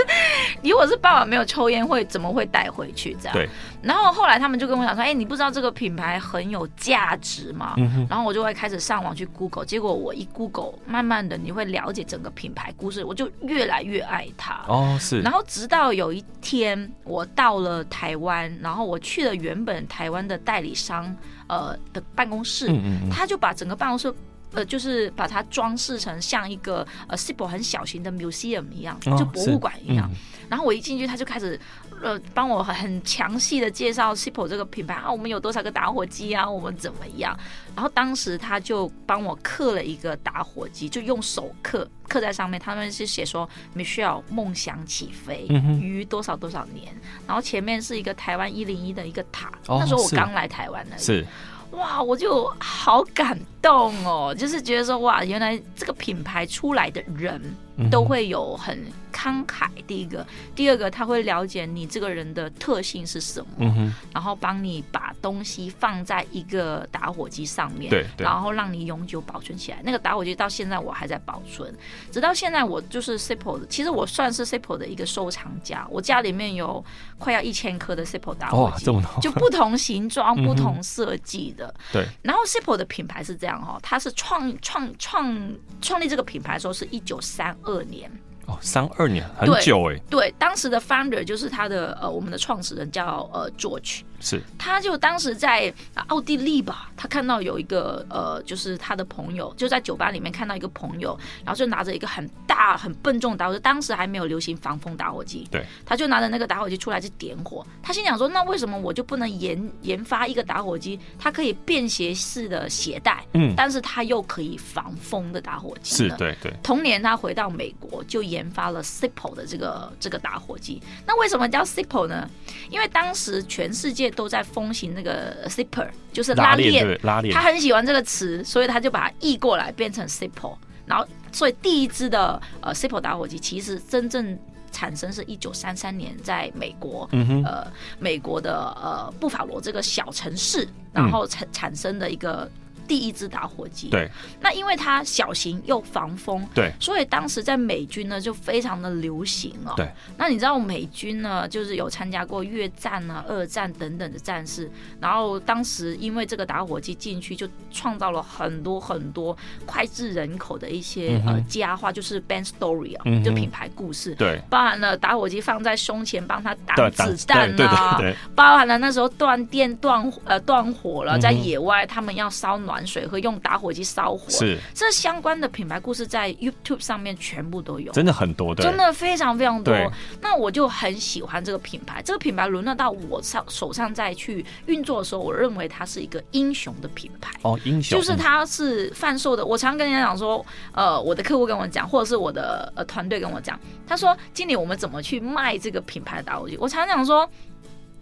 [SPEAKER 4] 如果是爸爸没有抽烟，会怎么会带回去这样？
[SPEAKER 3] 对。
[SPEAKER 4] 然后后来他们就跟我讲说：“哎、你不知道这个品牌很有价值吗？”然后我就会开始上网去 Google，结果我一 Google，慢慢的你会了解整个品牌故事，我就越来越爱它。
[SPEAKER 3] 哦，是
[SPEAKER 4] 然后直到有一天，我到了台湾，然后我去了原本台湾的代理商呃的办公室，
[SPEAKER 3] 嗯嗯嗯
[SPEAKER 4] 他就把整个办公室呃，就是把它装饰成像一个呃 s i b o 很小型的 museum 一样，
[SPEAKER 3] 哦
[SPEAKER 4] 就博
[SPEAKER 3] 是
[SPEAKER 4] 物馆一样。
[SPEAKER 3] 嗯
[SPEAKER 4] 然后我一进去，他就开始呃帮我很很详细的介绍 s i p o 这个品牌啊，我们有多少个打火机啊，我们怎么样。然后当时他就帮我刻了一个打火机，就用手刻刻在上面，他们是写说 Michelle 梦想起飞
[SPEAKER 3] 嗯哼，
[SPEAKER 4] 于多少多少年，然后前面是一个台湾一零一的一个塔，
[SPEAKER 3] 哦
[SPEAKER 4] 那时候我
[SPEAKER 3] 是
[SPEAKER 4] 刚来台湾而已。
[SPEAKER 3] 是
[SPEAKER 4] 哇，我就好感动哦，就是觉得说哇，原来这个品牌出来的人
[SPEAKER 3] 嗯哼
[SPEAKER 4] 都会有很慷慨。第一个，第二个，他会了解你这个人的特性是什么，
[SPEAKER 3] 嗯哼，
[SPEAKER 4] 然后帮你把东西放在一个打火机上面，
[SPEAKER 3] 对对
[SPEAKER 4] 然后让你永久保存起来。那个打火机到现在我还在保存，直到现在我就是 Sipo 的，其实我算是 Sipo 的一个收藏家，我家里面有快要一千颗的 Sipo 打火
[SPEAKER 3] 哇，
[SPEAKER 4] 机
[SPEAKER 3] 这。么多，
[SPEAKER 4] 就不同形状、
[SPEAKER 3] 哦嗯哼
[SPEAKER 4] 不同设计的。
[SPEAKER 3] 对，
[SPEAKER 4] 然后 Sipo 的品牌是这样哦，它是创创创创立这个品牌的时候是一九三二年，
[SPEAKER 3] 哦，三二年很
[SPEAKER 4] 对
[SPEAKER 3] 久哎，
[SPEAKER 4] 对，当时的 founder 就是他的呃我们的创始人叫呃 George，
[SPEAKER 3] 是
[SPEAKER 4] 他就当时在呃奥地利吧，他看到有一个呃，就是他的朋友就在酒吧里面看到一个朋友，然后就拿着一个很大很笨重的打火机，当时还没有流行防风打火机，
[SPEAKER 3] 对，
[SPEAKER 4] 他就拿着那个打火机出来去点火。他心想说，那为什么我就不能研研发一个打火机，它可以便携式的携带，
[SPEAKER 3] 嗯
[SPEAKER 4] 但是它又可以防风的打火机
[SPEAKER 3] 是
[SPEAKER 4] 呢？，
[SPEAKER 3] 对对，
[SPEAKER 4] 同年，他回到美国就研发了 Sipo 的这个这个打火机。那为什么叫 Sipo 呢？因为当时全世界都在风行那个 Zipper，就是拉
[SPEAKER 3] 链
[SPEAKER 4] 链
[SPEAKER 3] 对，拉链
[SPEAKER 4] 他，很喜欢这个词，所以他就把它译过来变成 Sipo。然后，所以第一支的呃 Sipo 打火机其实真正产生是一九三三年在美国，
[SPEAKER 3] 嗯哼，
[SPEAKER 4] 呃，美国的呃布法罗这个小城市，然后产产生的一个第一支打火机。
[SPEAKER 3] 嗯对
[SPEAKER 4] 那因为它小型又防风，
[SPEAKER 3] 对
[SPEAKER 4] 所以当时在美军呢就非常的流行哦。
[SPEAKER 3] 对，
[SPEAKER 4] 那你知道美军呢，就是有参加过越战啊、二战等等的战事，然后当时因为这个打火机进去，就创造了很多很多脍炙人口的一些、呃佳话，就是 band story 啊、
[SPEAKER 3] 嗯嗯哼
[SPEAKER 4] 就品牌故事。
[SPEAKER 3] 对，
[SPEAKER 4] 包含了打火机放在胸前帮他
[SPEAKER 3] 对
[SPEAKER 4] 挡
[SPEAKER 3] 挡
[SPEAKER 4] 子弹
[SPEAKER 3] 对
[SPEAKER 4] 啊，
[SPEAKER 3] 对对对
[SPEAKER 4] 包含了那时候断电断呃断火了，在
[SPEAKER 3] 嗯哼
[SPEAKER 4] 野外他们要烧暖水和用打火机烧火，
[SPEAKER 3] 是
[SPEAKER 4] 这相关的品牌故事在 YouTube 上面全部都有。
[SPEAKER 3] 真的很多，对，
[SPEAKER 4] 真的非常非常多
[SPEAKER 3] 对，
[SPEAKER 4] 那我就很喜欢这个品牌。这个品牌轮得到我上手上再去运作的时候，我认为它是一个英雄的品牌。
[SPEAKER 3] 哦，英雄
[SPEAKER 4] 就是它是贩售的。我常跟人家讲说，呃，我的客户跟我讲，或者是我的呃团队跟我讲，他说经理，我们怎么去卖这个品牌的打火机？我常常讲说，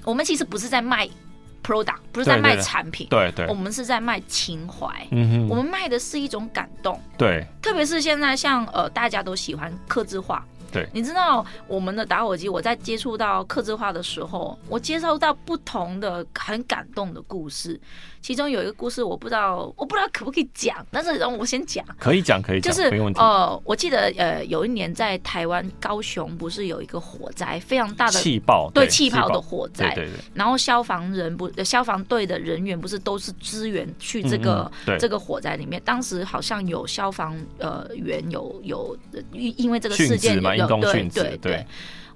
[SPEAKER 4] 我们其实不是在卖 product，不是在
[SPEAKER 3] 对对
[SPEAKER 4] 卖
[SPEAKER 3] 对
[SPEAKER 4] 产品，
[SPEAKER 3] 对对
[SPEAKER 4] 我，们是在卖情怀。
[SPEAKER 3] 嗯
[SPEAKER 4] 我
[SPEAKER 3] 哼，
[SPEAKER 4] 们卖的是一种感动，
[SPEAKER 3] 对
[SPEAKER 4] 特别是现在像呃，大家都喜欢刻字化。
[SPEAKER 3] 对
[SPEAKER 4] 你知道我们的打火机，我在接触到刻字化的时候，我接收到不同的很感动的故事，其中有一个故事，我不知道我不知道可不可以讲，但是让我先讲。
[SPEAKER 3] 可以讲可以
[SPEAKER 4] 就
[SPEAKER 3] 讲，
[SPEAKER 4] 是
[SPEAKER 3] 没问题，
[SPEAKER 4] 呃，我记得呃，有一年在台湾高雄，不是有一个火灾，非常大的
[SPEAKER 3] 气爆
[SPEAKER 4] 对气泡的火灾，
[SPEAKER 3] 对对对，
[SPEAKER 4] 然后消防人不，呃消防队的人员不是都是支援去这
[SPEAKER 3] 嗯
[SPEAKER 4] 个
[SPEAKER 3] 嗯、对
[SPEAKER 4] 这个火灾里面。当时好像有消防呃员有有呃因因为这个
[SPEAKER 3] 殉
[SPEAKER 4] 事
[SPEAKER 3] 职
[SPEAKER 4] 件
[SPEAKER 3] 嘛，因
[SPEAKER 4] 有
[SPEAKER 3] 公
[SPEAKER 4] 对
[SPEAKER 3] 殉
[SPEAKER 4] 对
[SPEAKER 3] 职，
[SPEAKER 4] 对。，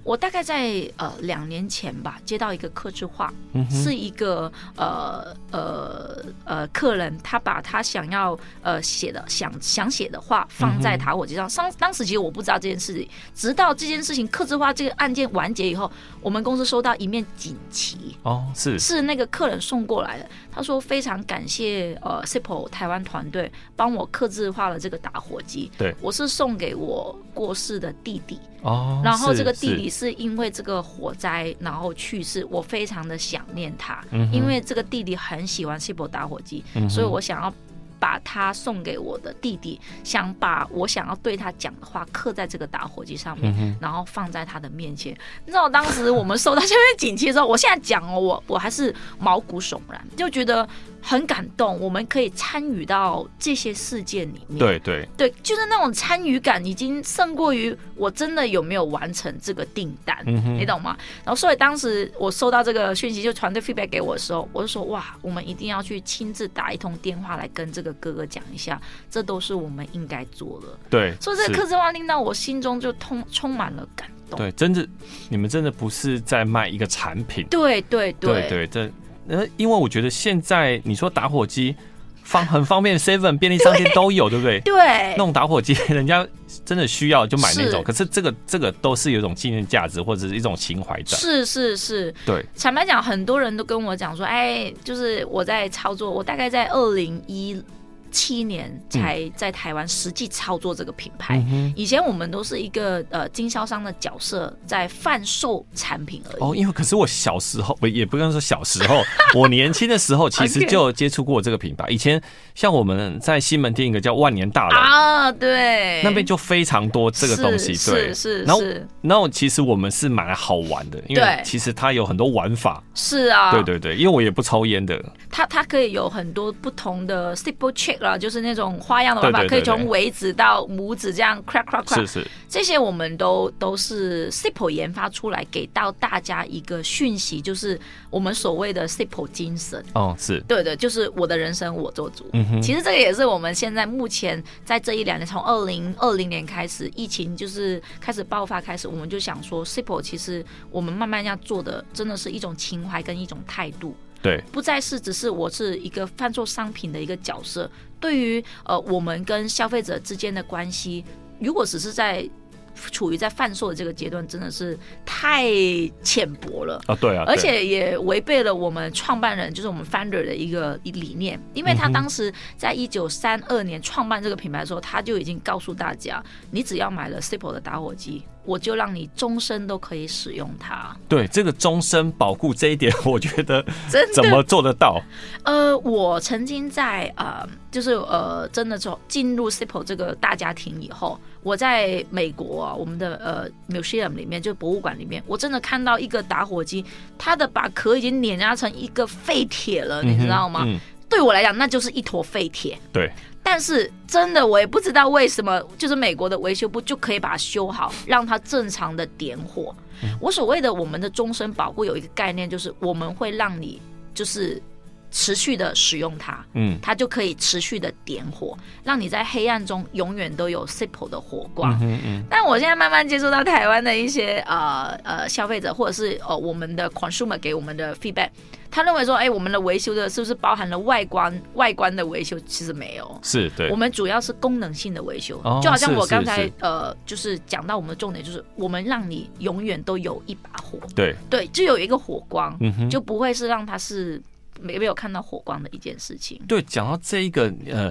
[SPEAKER 4] 我大概在呃两年前吧，接到一个客制化，
[SPEAKER 3] 嗯哼，
[SPEAKER 4] 是一个呃呃呃客人，他把他想要呃写的想想写的话放在打火机
[SPEAKER 3] 嗯
[SPEAKER 4] 上。上当时其实我不知道这件事情，直到这件事情刻字化这个案件完结以后，我们公司收到一面锦旗，
[SPEAKER 3] 哦，是
[SPEAKER 4] 是那个客人送过来的。他说非常感谢呃 Sipo 台湾团队帮我刻字化了这个打火机。
[SPEAKER 3] 对
[SPEAKER 4] 我是送给我过世的弟弟，
[SPEAKER 3] 哦，
[SPEAKER 4] 然后这个
[SPEAKER 3] 是
[SPEAKER 4] 弟弟
[SPEAKER 3] 是
[SPEAKER 4] 是因为这个火灾然后去世，我非常的想念他，
[SPEAKER 3] 嗯哼
[SPEAKER 4] 因为这个弟弟很喜欢 Sipo 打火机，
[SPEAKER 3] 嗯哼
[SPEAKER 4] 所以我想要。把它送给我的弟弟，想把我想要对他讲的话刻在这个打火机上
[SPEAKER 3] 嗯
[SPEAKER 4] 面，然后放在他的面前。你知道，当时我们收到下面锦旗的时候，我现在讲哦，我我还是毛骨悚然，就觉得很感动。我们可以参与到这些事件里面，
[SPEAKER 3] 对对
[SPEAKER 4] 对，就是那种参与感已经胜过于我真的有没有完成这个订单，
[SPEAKER 3] 嗯哼
[SPEAKER 4] 你懂吗？然后所以当时我收到这个讯息，就团队 feedback 给我的时候，我就说哇，我们一定要去亲自打一通电话来跟这个哥哥讲一下，这都是我们应该做的。
[SPEAKER 3] 对，
[SPEAKER 4] 所以这
[SPEAKER 3] 是
[SPEAKER 4] 个客制化令到我心中就通充满了感动。
[SPEAKER 3] 对，真的，你们真的不是在卖一个产品，
[SPEAKER 4] 对对
[SPEAKER 3] 对对，这呃，因为我觉得现在你说打火机。方很方便，Seven 便利商店都有，对不对？
[SPEAKER 4] 对
[SPEAKER 3] 那，种打火机， 人家真的需要就买那种，
[SPEAKER 4] 是
[SPEAKER 3] 可是这个这个都是有一种纪念价值或者是一种情怀在。
[SPEAKER 4] 是是是。
[SPEAKER 3] 对，
[SPEAKER 4] 坦白讲，很多人都跟我讲说，哎，就是我在操作，我大概在二零一七年才在台湾实际操作这个品牌。
[SPEAKER 3] 嗯哼，
[SPEAKER 4] 以前我们都是一个呃经销商的角色，在贩售产品而已。
[SPEAKER 3] 哦，因为可是我小时候，不也不能说小时 候，我年轻的时候其实
[SPEAKER 4] Okay
[SPEAKER 3] 就接触过这个品牌。以前像我们在西门町一个叫万年大楼。
[SPEAKER 4] 啊，对，
[SPEAKER 3] 那边就非常多这个东西，
[SPEAKER 4] 是
[SPEAKER 3] 对，
[SPEAKER 4] 是是
[SPEAKER 3] 然后
[SPEAKER 4] 是
[SPEAKER 3] 然后其实我们是买来好玩的，因为
[SPEAKER 4] 对
[SPEAKER 3] 其实它有很多玩法，
[SPEAKER 4] 是啊，
[SPEAKER 3] 对对对，因为我也不抽烟的，
[SPEAKER 4] 它它可以有很多不同的 staple check 啦，就是那种花样的玩法，
[SPEAKER 3] 对对对
[SPEAKER 4] 可以从
[SPEAKER 3] 对
[SPEAKER 4] 尾指到拇指这样 crack
[SPEAKER 3] 是
[SPEAKER 4] crack crack，
[SPEAKER 3] 是，
[SPEAKER 4] 这些我们都都是 staple 研发出来，给到大家一个讯息，就是我们所谓的 staple 精神。
[SPEAKER 3] 哦是，
[SPEAKER 4] 对的，就是我的人生我做主。
[SPEAKER 3] 嗯哼
[SPEAKER 4] 其实这个也是我们现在目前在这一两年，从二零二零年开始，疫情就是开始爆发开始，我们就想说 s i p o 其实我们慢慢要做的，真的是一种情怀跟一种态度。
[SPEAKER 3] 对，
[SPEAKER 4] 不再是只是我是一个贩售商品的一个角色。对于呃我们跟消费者之间的关系，如果只是在处于在贩售的这个阶段，真的是太浅薄了。
[SPEAKER 3] 啊对啊，
[SPEAKER 4] 而
[SPEAKER 3] 对
[SPEAKER 4] 且也违背了我们创办人，就是我们 founder 的一个一理念，因为他
[SPEAKER 3] 嗯
[SPEAKER 4] 当时在一九三二年创办这个品牌的时候，他就已经告诉大家，你只要买了 Staple 的打火机，我就让你终身都可以使用它。
[SPEAKER 3] 对这个终身保护这一点，我觉得
[SPEAKER 4] 真的
[SPEAKER 3] 怎么做得到？
[SPEAKER 4] 呃，我曾经在呃，就是呃，真的从进入 Staple 这个大家庭以后，我在美国、啊、我们的呃 museum 里面，就博物馆里面，我真的看到一个打火机，它的把壳已经碾压成一个废铁了，你知道吗？
[SPEAKER 3] 嗯，
[SPEAKER 4] 对我来讲，那就是一坨废铁。
[SPEAKER 3] 对，
[SPEAKER 4] 但是真的，我也不知道为什么，就是美国的维修部就可以把它修好，让它正常的点火。我所谓的我们的终身保护有一个概念，就是我们会让你就是持续的使用它，
[SPEAKER 3] 嗯
[SPEAKER 4] 它就可以持续的点火，让你在黑暗中永远都有 simple 的火光。
[SPEAKER 3] 嗯嗯，
[SPEAKER 4] 但我现在慢慢接触到台湾的一些呃呃消费者，或者是呃我们的 consumer 给我们的 feedback，他认为说，哎、我们的维修的是不是包含了外观外观的维修？其实没有。
[SPEAKER 3] 是对
[SPEAKER 4] 我，们主要是功能性的维修，
[SPEAKER 3] 哦
[SPEAKER 4] 就好像我
[SPEAKER 3] 是
[SPEAKER 4] 刚才
[SPEAKER 3] 是是
[SPEAKER 4] 呃，就是讲到我们的重点，就是我们让你永远都有一把火，
[SPEAKER 3] 对，
[SPEAKER 4] 对，就有一个火光，
[SPEAKER 3] 嗯哼，
[SPEAKER 4] 就不会是让它是没没有看到火光的一件事情。
[SPEAKER 3] 对。讲到这一个呃，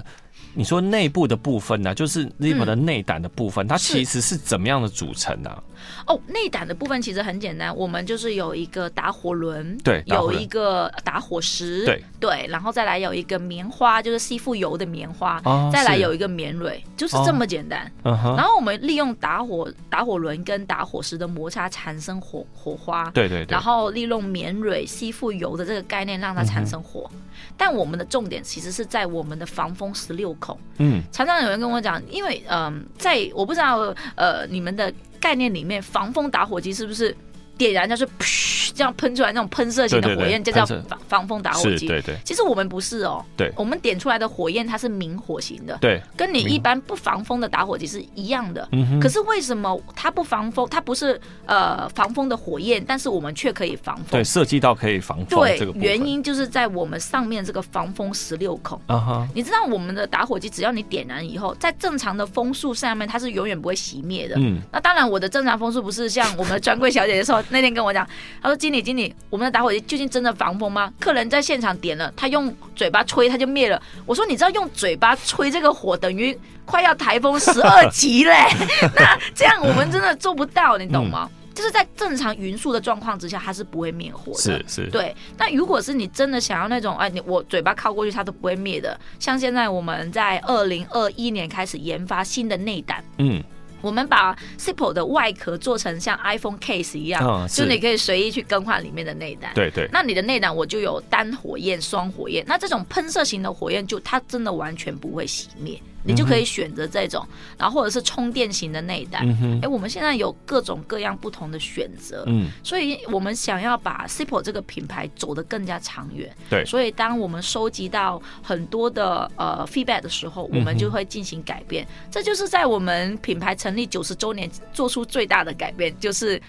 [SPEAKER 3] 你说内部的部分啊呢、就是 l i b 的内胆的部分，它
[SPEAKER 4] 嗯是
[SPEAKER 3] 其实是怎么样的组成呢、啊？
[SPEAKER 4] 哦，内胆的部分其实很简单，我们就是有一个打火轮，
[SPEAKER 3] 对打火
[SPEAKER 4] 有
[SPEAKER 3] 轮
[SPEAKER 4] 一个打火石，
[SPEAKER 3] 对
[SPEAKER 4] 然后再来有一个棉花，就是吸附油的棉花，
[SPEAKER 3] 哦
[SPEAKER 4] 再来
[SPEAKER 3] 是啊
[SPEAKER 4] 有一个棉蕊，就是这么简单。
[SPEAKER 3] 嗯哼，
[SPEAKER 4] 然后我们利用打火打火轮跟打火石的摩擦产生火火花，
[SPEAKER 3] 对对对
[SPEAKER 4] 然，后利用棉蕊吸附油的这个概念让它产生火。
[SPEAKER 3] 嗯
[SPEAKER 4] 但我们的重点其实是在我们的防风十六孔。
[SPEAKER 3] 嗯，
[SPEAKER 4] 常常有人跟我讲，因为嗯、在我不知道呃你们的概念里面，防风打火机是不是点燃就是噗这样喷出来那种喷射型的
[SPEAKER 3] 对对
[SPEAKER 4] 火
[SPEAKER 3] 对
[SPEAKER 4] 焰，就叫
[SPEAKER 3] 喷射
[SPEAKER 4] 防防风打火
[SPEAKER 3] 是，
[SPEAKER 4] 机？
[SPEAKER 3] 对对
[SPEAKER 4] 其实我们不是哦，
[SPEAKER 3] 对
[SPEAKER 4] 我们点出来的火焰它是明火型的，
[SPEAKER 3] 对，
[SPEAKER 4] 跟你
[SPEAKER 3] 明
[SPEAKER 4] 一般不防风的打火机是一样的。
[SPEAKER 3] 嗯哼，
[SPEAKER 4] 可是为什么它不防风？它不是呃防风的火焰，但是我们却可以防风
[SPEAKER 3] 对，。设计到可以防风
[SPEAKER 4] 对
[SPEAKER 3] 这个，部分
[SPEAKER 4] 原因就是在我们上面这个防风十六孔。
[SPEAKER 3] 啊哈，
[SPEAKER 4] 你知道我们的打火机，只要你点燃以后，在正常的风速上面，它是永远不会熄灭的。
[SPEAKER 3] 嗯，
[SPEAKER 4] 那当然，我的正常风速不是像我们的专柜小姐的时候，那天跟我讲，她说：“经理，经理，我们的打火机究竟真的防风吗？”客人在现场点了，他用嘴巴吹，它就灭了。我说：“你知道用嘴巴吹这个火，等于快要台风十二级嘞。 那这样我们真的做不到，你懂吗？
[SPEAKER 3] 嗯
[SPEAKER 4] 就是在正常匀速的状况之下，它是不会灭火的。
[SPEAKER 3] 是是，
[SPEAKER 4] 对，那如果是你真的想要那种，哎，你我嘴巴靠过去它都不会灭的，像现在我们在二零二一年开始研发新的内胆，
[SPEAKER 3] 嗯，
[SPEAKER 4] 我们把 Sipo 的外壳做成像 iPhone case 一样，
[SPEAKER 3] 嗯
[SPEAKER 4] 就是你可以随意去更换里面的内胆。。
[SPEAKER 3] 对对，
[SPEAKER 4] 那你的内胆我就有单火焰、双火焰，那这种喷射型的火焰就它真的完全不会熄灭，你
[SPEAKER 3] 嗯
[SPEAKER 4] 就可以选择这种，然后或者是充电型的内胆。哎、
[SPEAKER 3] 嗯哼，
[SPEAKER 4] 我们现在有各种各样不同的选择，
[SPEAKER 3] 嗯，
[SPEAKER 4] 所以我们想要把 Sipo 这个品牌走得更加长远。
[SPEAKER 3] 对
[SPEAKER 4] 所以当我们收集到很多的呃 feedback 的时候，我
[SPEAKER 3] 嗯
[SPEAKER 4] 们就会进行改变。这就是在我们品牌成立九十周年做出最大的改变，就是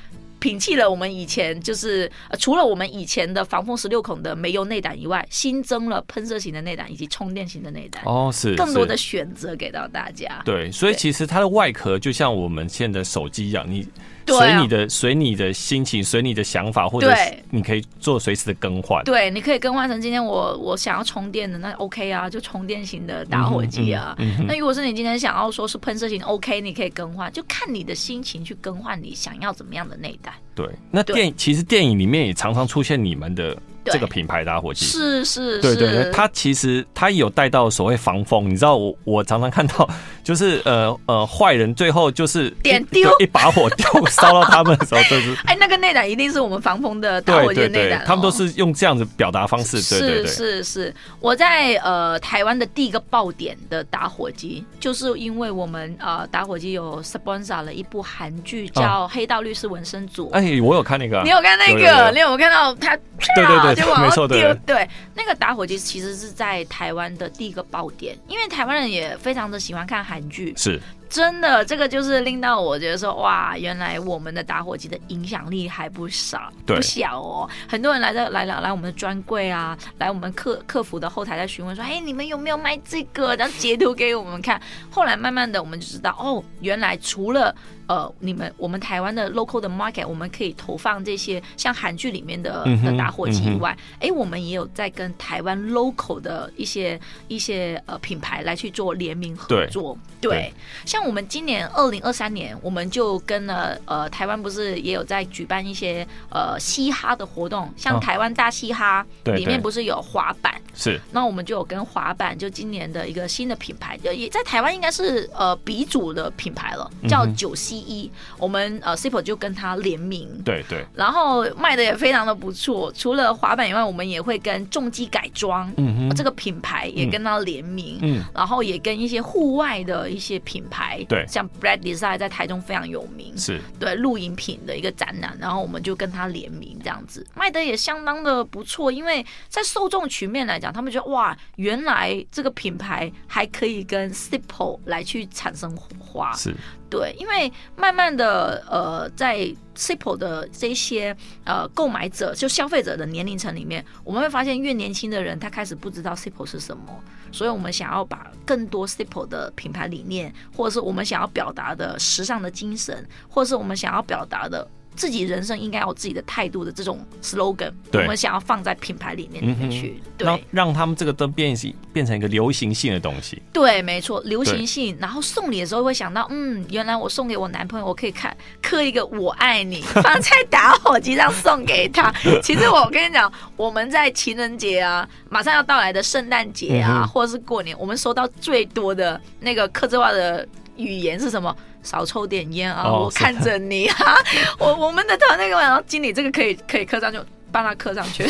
[SPEAKER 4] 摒弃了我们以前就是、呃除了我们以前的防风十六孔的煤油内胆以外，新增了喷射型的内胆以及充电型的内胆，
[SPEAKER 3] 哦，是
[SPEAKER 4] 更多
[SPEAKER 3] 是
[SPEAKER 4] 的选择给到大家。
[SPEAKER 3] 对，所以
[SPEAKER 4] 对
[SPEAKER 3] 其实它的外壳就像我们现在的手机一样，你
[SPEAKER 4] 对啊
[SPEAKER 3] 随你的随你的心情，随你的想法，或者
[SPEAKER 4] 对
[SPEAKER 3] 是你可以做随时的更换。
[SPEAKER 4] 对，你可以更换成今天我我想要充电的，那 OK 啊，就充电型的打
[SPEAKER 3] 嗯
[SPEAKER 4] 火机啊。那如果是你今天想要说是喷射型，OK，你可以更换，就看你的心情去更换你想要怎么样的内胆。
[SPEAKER 3] 对，那
[SPEAKER 4] 对
[SPEAKER 3] 电其实电影里面也常常出现你们的
[SPEAKER 4] 对
[SPEAKER 3] 这个品牌打火机。
[SPEAKER 4] 是是
[SPEAKER 3] 对
[SPEAKER 4] 是，
[SPEAKER 3] 对，对它其实它有带到所谓防风，你知道我我常常看到，就是呃呃坏人最后就是一
[SPEAKER 4] 点丢
[SPEAKER 3] 对一把火丢烧到他们的时候，就是
[SPEAKER 4] 哎，那个内胆一定是我们防风的打火
[SPEAKER 3] 对
[SPEAKER 4] 机的
[SPEAKER 3] 对
[SPEAKER 4] 内
[SPEAKER 3] 对
[SPEAKER 4] 胆、哦，
[SPEAKER 3] 他们都是用这样子表达方式，对对
[SPEAKER 4] 是
[SPEAKER 3] 对，
[SPEAKER 4] 是是，我在呃台湾的第一个爆点的打火机，就是因为我们呃打火机有 sponsor 了一部韩剧
[SPEAKER 3] 啊
[SPEAKER 4] 叫《黑道律师纹身组》
[SPEAKER 3] 哎，我有看那个啊，
[SPEAKER 4] 你有看那
[SPEAKER 3] 有有有
[SPEAKER 4] 个？你有看到他？
[SPEAKER 3] 对对对
[SPEAKER 4] 就往
[SPEAKER 3] 没
[SPEAKER 4] 后
[SPEAKER 3] 错对
[SPEAKER 4] 丢。对，那个打火机其实是在台湾的第一个爆点，因为台湾人也非常的喜欢看韩剧，
[SPEAKER 3] 是
[SPEAKER 4] 真的，这个就是令到我觉得说，哇，原来我们的打火机的影响力还不少，
[SPEAKER 3] 对
[SPEAKER 4] 不小哦。很多人来这来来来我们的专柜啊，来我们客客服的后台在询问说，哎，你们有没有卖这个？然后截图给我们看。后来慢慢的，我们就知道，哦，原来除了呃，你们我们台湾的 local 的 market，我们可以投放这些像韩剧里面的
[SPEAKER 3] 嗯哼
[SPEAKER 4] 的打火机
[SPEAKER 3] 嗯
[SPEAKER 4] 以
[SPEAKER 3] 哼
[SPEAKER 4] 外，哎、我们也有在跟台湾 local 的一些一些呃品牌来去做联名合
[SPEAKER 3] 对
[SPEAKER 4] 作，
[SPEAKER 3] 对
[SPEAKER 4] 像我们今年二零二三年，我们就跟了呃台湾不是也有在举办一些呃嘻哈的活动，
[SPEAKER 3] 哦
[SPEAKER 4] 像台湾大嘻哈、
[SPEAKER 3] 对
[SPEAKER 4] 里
[SPEAKER 3] 对
[SPEAKER 4] 面不是有滑板，
[SPEAKER 3] 是，
[SPEAKER 4] 那我们就有跟滑板就今年的一个新的品牌，就也在台湾应该是呃鼻祖的品牌了，叫
[SPEAKER 3] 嗯哼
[SPEAKER 4] 九西一，我们呃 Cipo 就跟他联名，
[SPEAKER 3] 对对，
[SPEAKER 4] 然后卖的也非常的不错。除了滑板以外，我们也会跟重机改装、
[SPEAKER 3] 嗯哼
[SPEAKER 4] 这个品牌也跟它联名，
[SPEAKER 3] 嗯
[SPEAKER 4] 然后也跟一些户外的一些品牌，
[SPEAKER 3] 对
[SPEAKER 4] 像 Brad Design 在台中非常有名，
[SPEAKER 3] 是。
[SPEAKER 4] 对露营品的一个展览，然后我们就跟它联名这样子，卖的也相当的不错。因为在受众群面来讲，他们觉得哇，原来这个品牌还可以跟 Simple 来去产生火花，
[SPEAKER 3] 是，
[SPEAKER 4] 对，因为慢慢的，呃，在 Simple 的这些呃购买者，就消费者的年龄层里面，我们会发现越年轻的人，他开始不知道 Simple 是什么，所以我们想要把更多 Simple 的品牌理念，或者是我们想要表达的时尚的精神，或者是我们想要表达的自己人生应该有自己的态度的这种 slogan，我
[SPEAKER 3] 对
[SPEAKER 4] 们想要放在品牌理念里面去。
[SPEAKER 3] 让
[SPEAKER 4] 对
[SPEAKER 3] 让他们这个都变形变成一个流行性的东西，
[SPEAKER 4] 对，没错，流
[SPEAKER 3] 对
[SPEAKER 4] 行性。然后送礼的时候会想到，嗯，原来我送给我男朋友，我可以看刻一个“我 爱你”放在打火机上送给他。其实我跟你讲，我们在情人节啊，马上要到来的圣诞节啊，
[SPEAKER 3] 嗯哼
[SPEAKER 4] 或者是过年，我们收到最多的那个客制化的语言是什么？少抽点烟啊，
[SPEAKER 3] 哦
[SPEAKER 4] 我
[SPEAKER 3] 是
[SPEAKER 4] 看着 你啊，我我们的团队跟我讲，经理这个可以可以刻上去，帮他刻上去，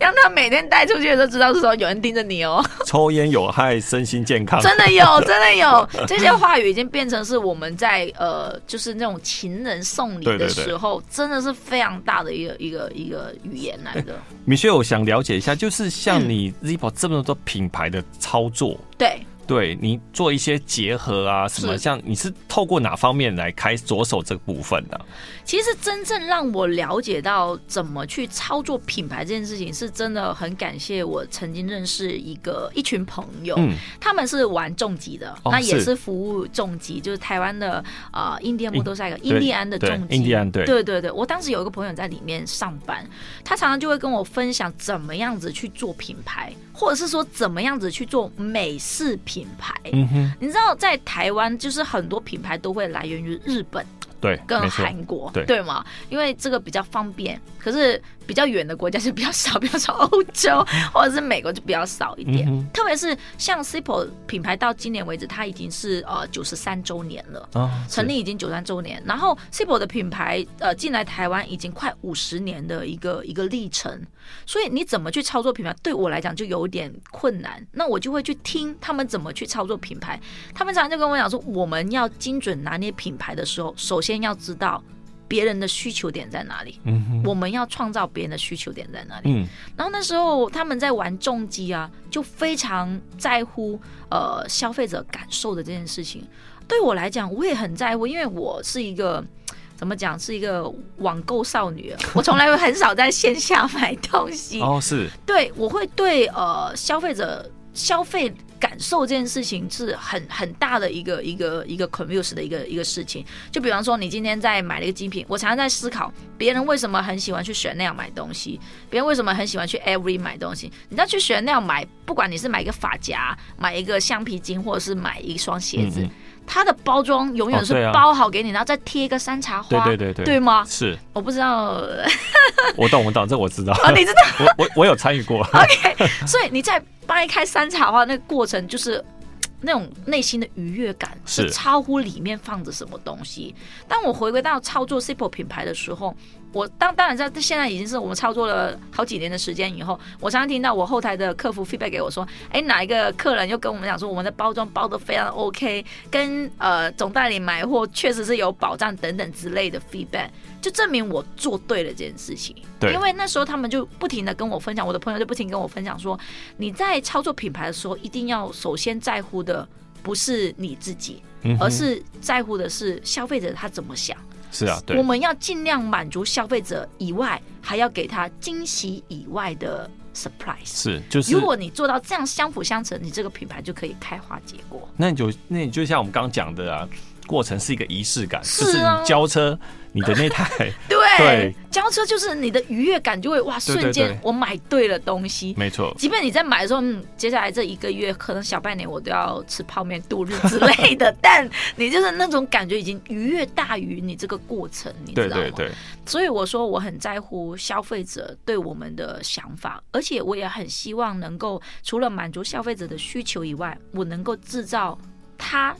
[SPEAKER 4] 让他每天带出去的时候知道是说有人盯着你哦。
[SPEAKER 3] 抽烟有害身心健康，
[SPEAKER 4] 真的有，真的有， 这些话语已经变成是我们在呃，就是那种情人送礼
[SPEAKER 3] 对对
[SPEAKER 4] 的
[SPEAKER 3] 对
[SPEAKER 4] 时候，真的是非常大的一个一个一个语言来的。
[SPEAKER 3] 米雪，我想了解一下，就是像
[SPEAKER 4] 嗯
[SPEAKER 3] 你 Zippo 这么多品牌的操作，
[SPEAKER 4] 对，
[SPEAKER 3] 对你做一些结合啊，什么
[SPEAKER 4] 是
[SPEAKER 3] 像你是透过哪方面来开着手这个部分的、
[SPEAKER 4] 其实真正让我了解到怎么去操作品牌这件事情，是真的很感谢我曾经认识一个一群朋友，
[SPEAKER 3] 嗯，
[SPEAKER 4] 他们是玩重疾的，
[SPEAKER 3] 哦
[SPEAKER 4] 那也
[SPEAKER 3] 是
[SPEAKER 4] 是服务重疾，就是台湾的呃印第安摩托赛克，
[SPEAKER 3] 对
[SPEAKER 4] 印第安的重疾，
[SPEAKER 3] 对印第安对
[SPEAKER 4] 对对对我当时有一个朋友在里面上班，他常常就会跟我分享怎么样子去做品牌，或者是说怎么样子去做美式品牌。
[SPEAKER 3] 嗯哼，
[SPEAKER 4] 你知道，在台湾就是很多品牌都会来源于日本
[SPEAKER 3] 对，
[SPEAKER 4] 跟
[SPEAKER 3] 没错，
[SPEAKER 4] 韩国，
[SPEAKER 3] 对
[SPEAKER 4] 吗？因为这个比较方便，可是比较远的国家就比较少，比方说欧 洲或者是美国就比较少一点。
[SPEAKER 3] 嗯哼
[SPEAKER 4] 特别是像 Simple 品牌到今年为止，它已经是呃九十三周年了。
[SPEAKER 3] 啊，
[SPEAKER 4] 成
[SPEAKER 3] 立
[SPEAKER 4] 立已经九三周年，然后 Simple 的品牌呃进来台湾已经快五十年的一个一个历程，所以你怎么去操作品牌，对我来讲就有点困难。那我就会去听他们怎么去操作品牌，他们常常就跟我讲说，我们要精准拿捏品牌的时候，首先要知道别人的需求点在哪里，
[SPEAKER 3] 嗯哼，
[SPEAKER 4] 我们要创造别人的需求点在哪里。
[SPEAKER 3] 嗯，
[SPEAKER 4] 然后那时候他们在玩重机啊，就非常在乎呃消费者感受的这件事情。对我来讲，我也很在乎，因为我是一个怎么讲是一个网购少女啊，我从来很少在线下买东西。
[SPEAKER 3] 哦，是
[SPEAKER 4] 对，我会对呃消费者消费感受这件事情是很很大的一个一个一个 confuse 的一个一个事情。就比方说，你今天在买了一个精品，我常常在思考别人为什么很喜欢去选那样买东西，别人为什么很喜欢去 Every 买东西。你要去选那样买，不管你是买一个发夹、买一个橡皮筋，或者是买一双鞋子。
[SPEAKER 3] 嗯嗯
[SPEAKER 4] 它的包装永远
[SPEAKER 3] 哦
[SPEAKER 4] 是
[SPEAKER 3] 对啊
[SPEAKER 4] 包好给你，然后再贴一个山茶花，
[SPEAKER 3] 对对对对
[SPEAKER 4] 对吗？
[SPEAKER 3] 是，
[SPEAKER 4] 我不知道，
[SPEAKER 3] 我懂我懂，这我知道，
[SPEAKER 4] 哦，你知道，
[SPEAKER 3] 我我我有参与过，
[SPEAKER 4] 所以你在掰开山茶花那个过程，就是嘖那种内心的愉悦感，
[SPEAKER 3] 是
[SPEAKER 4] 是超乎里面放着什么东西。当我回归到操作 Simple 品牌的时候，我当当然在现在已经是我们操作了好几年的时间以后，我常常听到我后台的客服 feedback 给我说，哎，哪一个客人又跟我们讲说我们的包装包的非常 OK，跟呃总代理买货确实是有保障等等之类的 feedback，就证明我做对了这件事情。
[SPEAKER 3] 对
[SPEAKER 4] 因为那时候他们就不停的跟我分享，我的朋友就不停地跟我分享说，你在操作品牌的时候，一定要首先在乎的不是你自己，
[SPEAKER 3] 嗯哼
[SPEAKER 4] 而是在乎的是消费者他怎么想。
[SPEAKER 3] 是啊，
[SPEAKER 4] 我
[SPEAKER 3] 对，
[SPEAKER 4] 们要尽量满足消费者以外，还要给他惊喜以外的 surprise。
[SPEAKER 3] 是就是
[SPEAKER 4] 如，果你做到这样相辅相成，你这个品牌就可以开花结果。
[SPEAKER 3] 那你就那你就像我们刚刚讲的啊，过程是一个仪式感，
[SPEAKER 4] 是
[SPEAKER 3] 就是
[SPEAKER 4] 啊
[SPEAKER 3] 你交车，你的那 台，
[SPEAKER 4] 对，
[SPEAKER 3] 对
[SPEAKER 4] 交车就是你的愉悦感就会哇，
[SPEAKER 3] 对对
[SPEAKER 4] 瞬间
[SPEAKER 3] 对
[SPEAKER 4] 我买对了东西。
[SPEAKER 3] 没错，
[SPEAKER 4] 即便你在买的时候，嗯，接下来这一个月可能小半年我都要吃泡面度日之 类的，但你就是那种感觉已经愉悦大于你这个过程，你知
[SPEAKER 3] 对
[SPEAKER 4] 道吗？
[SPEAKER 3] 对对，
[SPEAKER 4] 所以我说我很在乎消费者对我们的想法，而且我也很希望能够除了满足消费者的需求以外，我能够制造他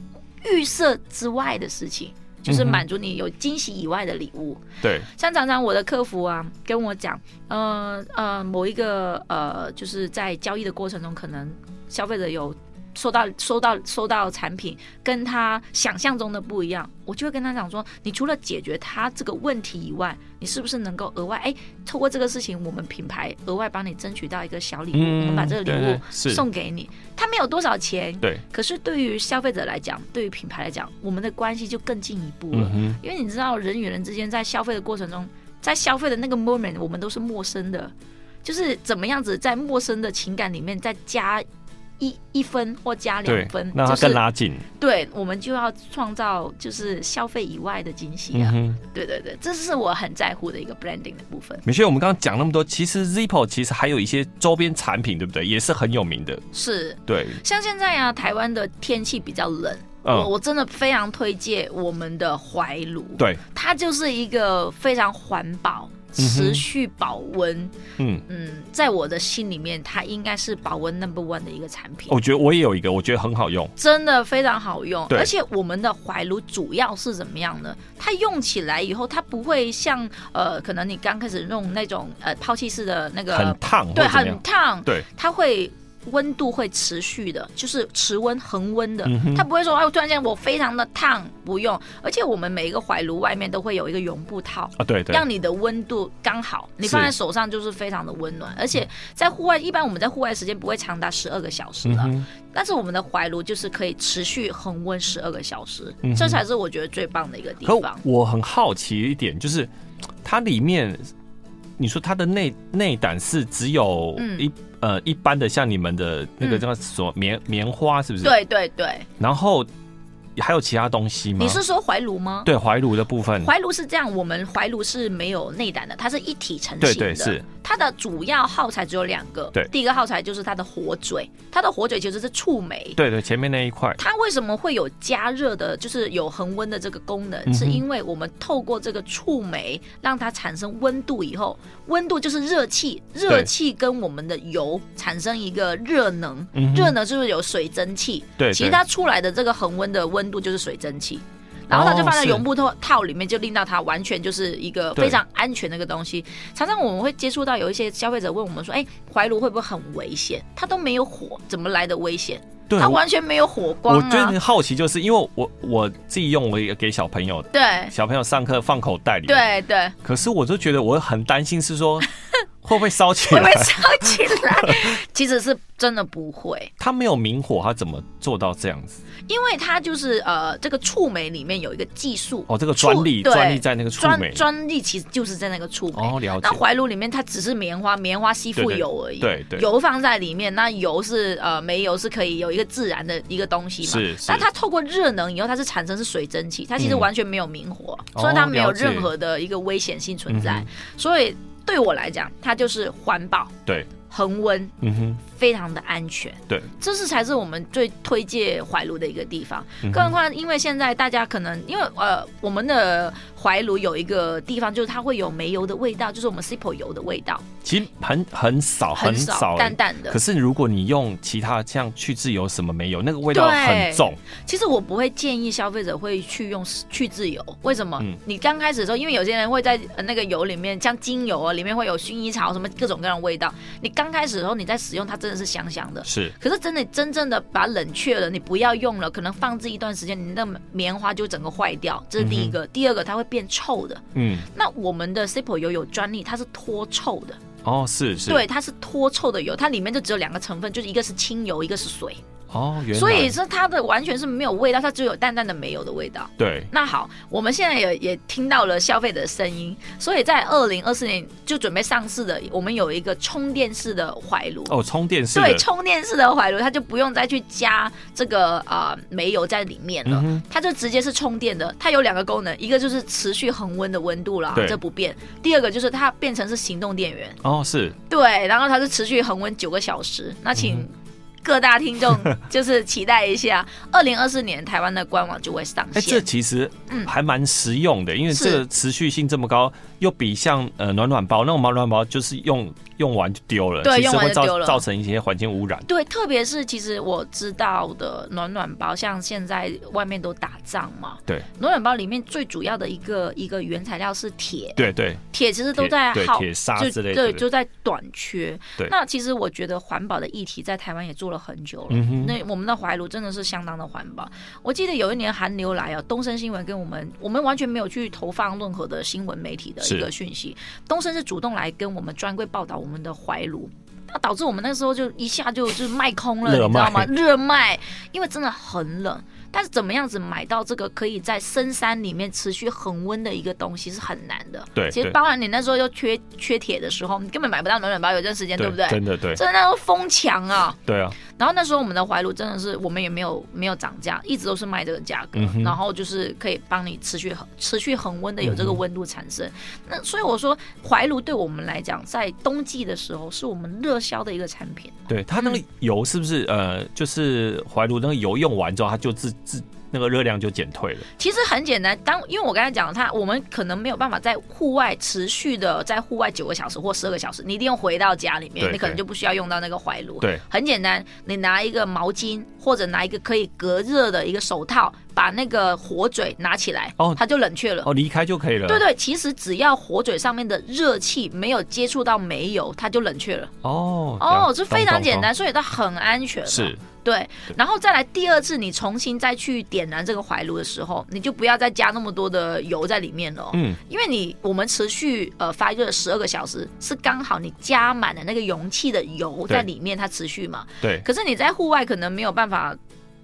[SPEAKER 4] 预设之外的事情，就是
[SPEAKER 3] 嗯哼
[SPEAKER 4] 满足你有惊喜以外的礼物。
[SPEAKER 3] 对，
[SPEAKER 4] 像常常我的客服啊跟我讲，呃呃，某一个呃，就是在交易的过程中，可能消费者有收到收到收到产品跟他想象中的不一样，我就会跟他讲说，你除了解决他这个问题以外，你是不是能够额外哎，透过这个事情，我们品牌额外帮你争取到一个小礼物，
[SPEAKER 3] 嗯
[SPEAKER 4] 我们把这个礼
[SPEAKER 3] 对
[SPEAKER 4] 物
[SPEAKER 3] 对是
[SPEAKER 4] 送给你，他没有多少钱。
[SPEAKER 3] 对，
[SPEAKER 4] 可是对于消费者来讲，对于品牌来讲，我们的关系就更进一步了。
[SPEAKER 3] 嗯哼，
[SPEAKER 4] 因为你知道，人与人之间在消费的过程中，在消费的那个 moment，我们都是陌生的，就是怎么样子在陌生的情感里面再加一一分或加
[SPEAKER 3] 对
[SPEAKER 4] 两分，，
[SPEAKER 3] 那它
[SPEAKER 4] 就是
[SPEAKER 3] 更拉近，
[SPEAKER 4] 对，我们就要创造就是消费以外的惊喜
[SPEAKER 3] 嗯
[SPEAKER 4] 啊！
[SPEAKER 3] 哼。
[SPEAKER 4] 对对对，这是我很在乎的一个 branding 的部分。
[SPEAKER 3] 米雪，我们刚刚讲那么多，其实 Zippo 其实还有一些周边产品，对不对？也是很有名的。
[SPEAKER 4] 是
[SPEAKER 3] 对，
[SPEAKER 4] 像现在啊，台湾的天气比较冷，我
[SPEAKER 3] 嗯，
[SPEAKER 4] 我真的非常推荐我们的怀炉。
[SPEAKER 3] 对，
[SPEAKER 4] 它就是一个非常环保、
[SPEAKER 3] 嗯哼
[SPEAKER 4] 持续保温。
[SPEAKER 3] 嗯，
[SPEAKER 4] 嗯，在我的心里面，它应该是保温 number one 的一个产品，
[SPEAKER 3] 我觉得我也有一个，我觉得很好用。
[SPEAKER 4] 真的非常好用。
[SPEAKER 3] 哦对
[SPEAKER 4] 而且我们的怀炉主要是怎么样呢？它用起来以后，它不会像呃，可能你刚开始用那种呃抛弃式的那个
[SPEAKER 3] 很，烫或
[SPEAKER 4] 呃对，
[SPEAKER 3] 者怎么
[SPEAKER 4] 很
[SPEAKER 3] 样？
[SPEAKER 4] 烫，
[SPEAKER 3] 对，
[SPEAKER 4] 它会。温度会持续的，就是持温恒温的，
[SPEAKER 3] 嗯哼
[SPEAKER 4] 它不会说哎，我突然间我非常的烫，不用。而且我们每一个怀炉外面都会有一个绒布套，
[SPEAKER 3] 啊，对对，
[SPEAKER 4] 让你的温度刚好，你放在手上就是非常的温
[SPEAKER 3] 嗯
[SPEAKER 4] 暖，而且在户外，一般我们在户外时间不会长达十二个小时
[SPEAKER 3] 嗯
[SPEAKER 4] 了，
[SPEAKER 3] 哼，
[SPEAKER 4] 但是我们的怀炉就是可以持续恒温十二个小时，
[SPEAKER 3] 嗯哼
[SPEAKER 4] 这才是我觉得最棒的一个地
[SPEAKER 3] 可
[SPEAKER 4] 方。
[SPEAKER 3] 我很好奇一点，就是它里面，你说它的内内胆是只有
[SPEAKER 4] 嗯
[SPEAKER 3] 一、呃一般的，像你们的那个
[SPEAKER 4] 嗯
[SPEAKER 3] 叫什么棉棉花是不是？。
[SPEAKER 4] 对对对，
[SPEAKER 3] 然后还有其他东西吗？
[SPEAKER 4] 你是说怀炉吗？
[SPEAKER 3] 对怀炉的部分，
[SPEAKER 4] 怀炉是这样，我们怀炉是没有内胆的，它是一体成型
[SPEAKER 3] 对
[SPEAKER 4] 的。
[SPEAKER 3] 对是
[SPEAKER 4] 它的主要耗材只有两个，
[SPEAKER 3] 对
[SPEAKER 4] 第一个耗材就是它的火嘴，它的火嘴其实是触媒，
[SPEAKER 3] 对对，前面那一块
[SPEAKER 4] 它为什么会有加热的，就是有恒温的这个功能？
[SPEAKER 3] 嗯哼
[SPEAKER 4] 是因为我们透过这个触媒让它产生温度以后，温度就是热气，热气跟我们的油产生一个热能
[SPEAKER 3] 嗯，哼
[SPEAKER 4] 热能就是有水蒸气。
[SPEAKER 3] 对对
[SPEAKER 4] 其实它出来的这个恒温的温度就是水蒸气。然后它就放在
[SPEAKER 3] 哦是
[SPEAKER 4] 绒布套套里面，就令到它完全就是一个
[SPEAKER 3] 对
[SPEAKER 4] 非常安全的一个东西。常常我们会接触到有一些消费者问我们说：“哎，怀炉会不会很危险？它都没有火，怎么来的危险？”
[SPEAKER 3] 对
[SPEAKER 4] 它
[SPEAKER 3] 我
[SPEAKER 4] 完全没有火光
[SPEAKER 3] 我
[SPEAKER 4] 啊！
[SPEAKER 3] 觉得好奇，就是因为我我自己用，我也给小朋友，
[SPEAKER 4] 对
[SPEAKER 3] 小朋友上课放口袋里。。
[SPEAKER 4] 对对，
[SPEAKER 3] 可是我就觉得我很担心，是说。会不会烧起
[SPEAKER 4] 会不
[SPEAKER 3] 来
[SPEAKER 4] 会？烧起来？ 其实是真的不会，
[SPEAKER 3] 它没有明火，它怎么做到这样子？
[SPEAKER 4] 因为它就是呃，这个触媒里面有一个技术
[SPEAKER 3] 哦这个专利
[SPEAKER 4] 触对
[SPEAKER 3] 专利在那个触媒
[SPEAKER 4] 专专利其实就是在那个触媒。
[SPEAKER 3] 哦，了解
[SPEAKER 4] 那。怀炉里面它只是棉花，棉花吸附油而已，
[SPEAKER 3] 对对对对
[SPEAKER 4] 油放在里面，那油是呃煤油是可以有一个自燃的一个东西嘛，
[SPEAKER 3] 是是
[SPEAKER 4] 那它透过热能以后，它是产生是水蒸气，它其实
[SPEAKER 3] 嗯
[SPEAKER 4] 完全没有明火，
[SPEAKER 3] 哦
[SPEAKER 4] 所以它没有
[SPEAKER 3] 了解
[SPEAKER 4] 任何的一个危险性存在
[SPEAKER 3] 嗯。
[SPEAKER 4] 所以对我来讲，它就是环保、
[SPEAKER 3] 对，
[SPEAKER 4] 恒温，
[SPEAKER 3] 嗯哼，
[SPEAKER 4] 非常的安全。
[SPEAKER 3] 对，
[SPEAKER 4] 这是才是我们最推荐怀炉的一个地方。
[SPEAKER 3] 嗯
[SPEAKER 4] 更何
[SPEAKER 3] 哼
[SPEAKER 4] 况，因为现在大家可能因为呃，我们的怀炉有一个地方，就是它会有煤油的味道，就是我们 Sipo 油的味道，
[SPEAKER 3] 其实很很少
[SPEAKER 4] 很
[SPEAKER 3] 少欸
[SPEAKER 4] 淡淡的
[SPEAKER 3] 可。是如果你用其他像去渍油什么没有，那个味道很
[SPEAKER 4] 对
[SPEAKER 3] 重。
[SPEAKER 4] 其实我不会建议消费者会去用去渍油，为什么？
[SPEAKER 3] 嗯
[SPEAKER 4] 你刚开始的时候，因为有些人会在呃那个油里面，像精油啊，里面会有薰衣草什么各种各样的味道。你刚开始的时候，你在使用它真的是香香的。
[SPEAKER 3] 是，
[SPEAKER 4] 可是真的真正的把它冷却了，你不要用了，可能放置一段时间，你的棉花就整个坏掉，这是第一个。第二个，它会变臭的。
[SPEAKER 3] 嗯，
[SPEAKER 4] 那我们的 Sipo 油有专利，它是脱臭的，
[SPEAKER 3] 哦，是是，
[SPEAKER 4] 对，，它是脱臭的油，它里面就只有两个成分，就是一个是清油，一个是水。
[SPEAKER 3] 哦，原来，
[SPEAKER 4] 所以说它的完全是没有味道，它只有淡淡的煤油的味道。
[SPEAKER 3] 对，
[SPEAKER 4] 那好，我们现在也也听到了消费者的声音，所以在二零二四年就准备上市的，我们有一个充电式的怀炉。
[SPEAKER 3] 哦，充电式的
[SPEAKER 4] 对，充电式的怀炉，它就不用再去加这个呃煤油在里面了，
[SPEAKER 3] 嗯
[SPEAKER 4] 它就直接是充电的。它有两个功能，一个就是持续恒温的温度啦
[SPEAKER 3] 对，
[SPEAKER 4] 这不变；第二个就是它变成是行动电源，
[SPEAKER 3] 哦，是，
[SPEAKER 4] 对，然后它是持续恒温九个小时。那请
[SPEAKER 3] 嗯
[SPEAKER 4] 各大 听众就是期待一下，二零二四年台湾的官网就会上
[SPEAKER 3] 哎、这
[SPEAKER 4] 线。
[SPEAKER 3] 其实
[SPEAKER 4] 嗯
[SPEAKER 3] 还蛮实用的，因为
[SPEAKER 4] 是
[SPEAKER 3] 这个持续性这么高，又比像呃暖暖包那种毛暖包，就是用用完就丢了，
[SPEAKER 4] 对
[SPEAKER 3] 其实
[SPEAKER 4] 用完
[SPEAKER 3] 会
[SPEAKER 4] 就
[SPEAKER 3] 造
[SPEAKER 4] 丢了
[SPEAKER 3] 造成一些环境污染。
[SPEAKER 4] 对，特别是其实我知道的暖暖包，像现在外面都打仗嘛，
[SPEAKER 3] 对
[SPEAKER 4] 暖暖包里面最主要的一个一个原材料是铁，
[SPEAKER 3] 对对，
[SPEAKER 4] 铁其实都在
[SPEAKER 3] 铁对
[SPEAKER 4] 耗，
[SPEAKER 3] 铁砂
[SPEAKER 4] 就
[SPEAKER 3] 之类的
[SPEAKER 4] 对，
[SPEAKER 3] 对
[SPEAKER 4] 就在短缺
[SPEAKER 3] 对。
[SPEAKER 4] 那其实我觉得环保的议题在台湾也做了很久了。
[SPEAKER 3] 嗯哼
[SPEAKER 4] 那我们的怀炉真的是相当的环保。我记得有一年寒流来啊，东森新闻跟我们，我们完全没有去投放任何的新闻媒体的
[SPEAKER 3] 是
[SPEAKER 4] 一个讯息，东森是主动来跟我们专柜报道我们的怀炉。那导致我们那时候就一下就就卖空了，
[SPEAKER 3] 热卖
[SPEAKER 4] 你知道吗？热卖，因为真的很冷。但是怎么样子买到这个可以在深山里面持续恒温的一个东西是很难的。
[SPEAKER 3] 对
[SPEAKER 4] 其实
[SPEAKER 3] 对
[SPEAKER 4] 包含你那时候又缺缺铁的时候，你根本买不到暖暖包，有段时间对不对？
[SPEAKER 3] 真的对
[SPEAKER 4] 真的那时候疯抢啊！
[SPEAKER 3] 对啊，
[SPEAKER 4] 然后那时候我们的怀炉真的是我们也没有没有涨价，一直都是卖这个价格，
[SPEAKER 3] 嗯哼
[SPEAKER 4] 然后就是可以帮你持续恒持续恒温的有这个温度产
[SPEAKER 3] 嗯
[SPEAKER 4] 生。那所以我说怀炉对我们来讲，在冬季的时候是我们热销的一个产品。
[SPEAKER 3] 对它
[SPEAKER 4] 嗯
[SPEAKER 3] 那个油是不是呃，就是怀炉那个油用完之后，它就自自那个热量就减退了。
[SPEAKER 4] 其实很简单，当因为我刚才讲了它，我们可能没有办法在户外持续的在户外九个小时或十二个小时，你一定要回到家里
[SPEAKER 3] 对
[SPEAKER 4] 面，你可能
[SPEAKER 3] 对
[SPEAKER 4] 就不需要用到那个怀炉。
[SPEAKER 3] 对，
[SPEAKER 4] 很简单，你拿一个毛巾或者拿一个可以隔热的一个手套，把那个火嘴拿起来，
[SPEAKER 3] 哦
[SPEAKER 4] 它就冷却了。
[SPEAKER 3] 哦，离开就可以了。
[SPEAKER 4] 对对，其实只要火嘴上面的热气没有接触到煤油，它就冷却了。
[SPEAKER 3] 哦
[SPEAKER 4] 哦，
[SPEAKER 3] 了
[SPEAKER 4] 这非常
[SPEAKER 3] 懂
[SPEAKER 4] 简
[SPEAKER 3] 懂
[SPEAKER 4] 单，所以它很安全。啊
[SPEAKER 3] 懂是。
[SPEAKER 4] 对，然后再来第二次，你重新再去点燃这个怀炉的时候，你就不要再加那么多的油在里面了哦、
[SPEAKER 3] 嗯
[SPEAKER 4] 因为你我们持续呃发热十二个小时，是刚好你加满了那个容器的油
[SPEAKER 3] 对
[SPEAKER 4] 在里面，它持续嘛。
[SPEAKER 3] 对
[SPEAKER 4] 可是你在户外可能没有办法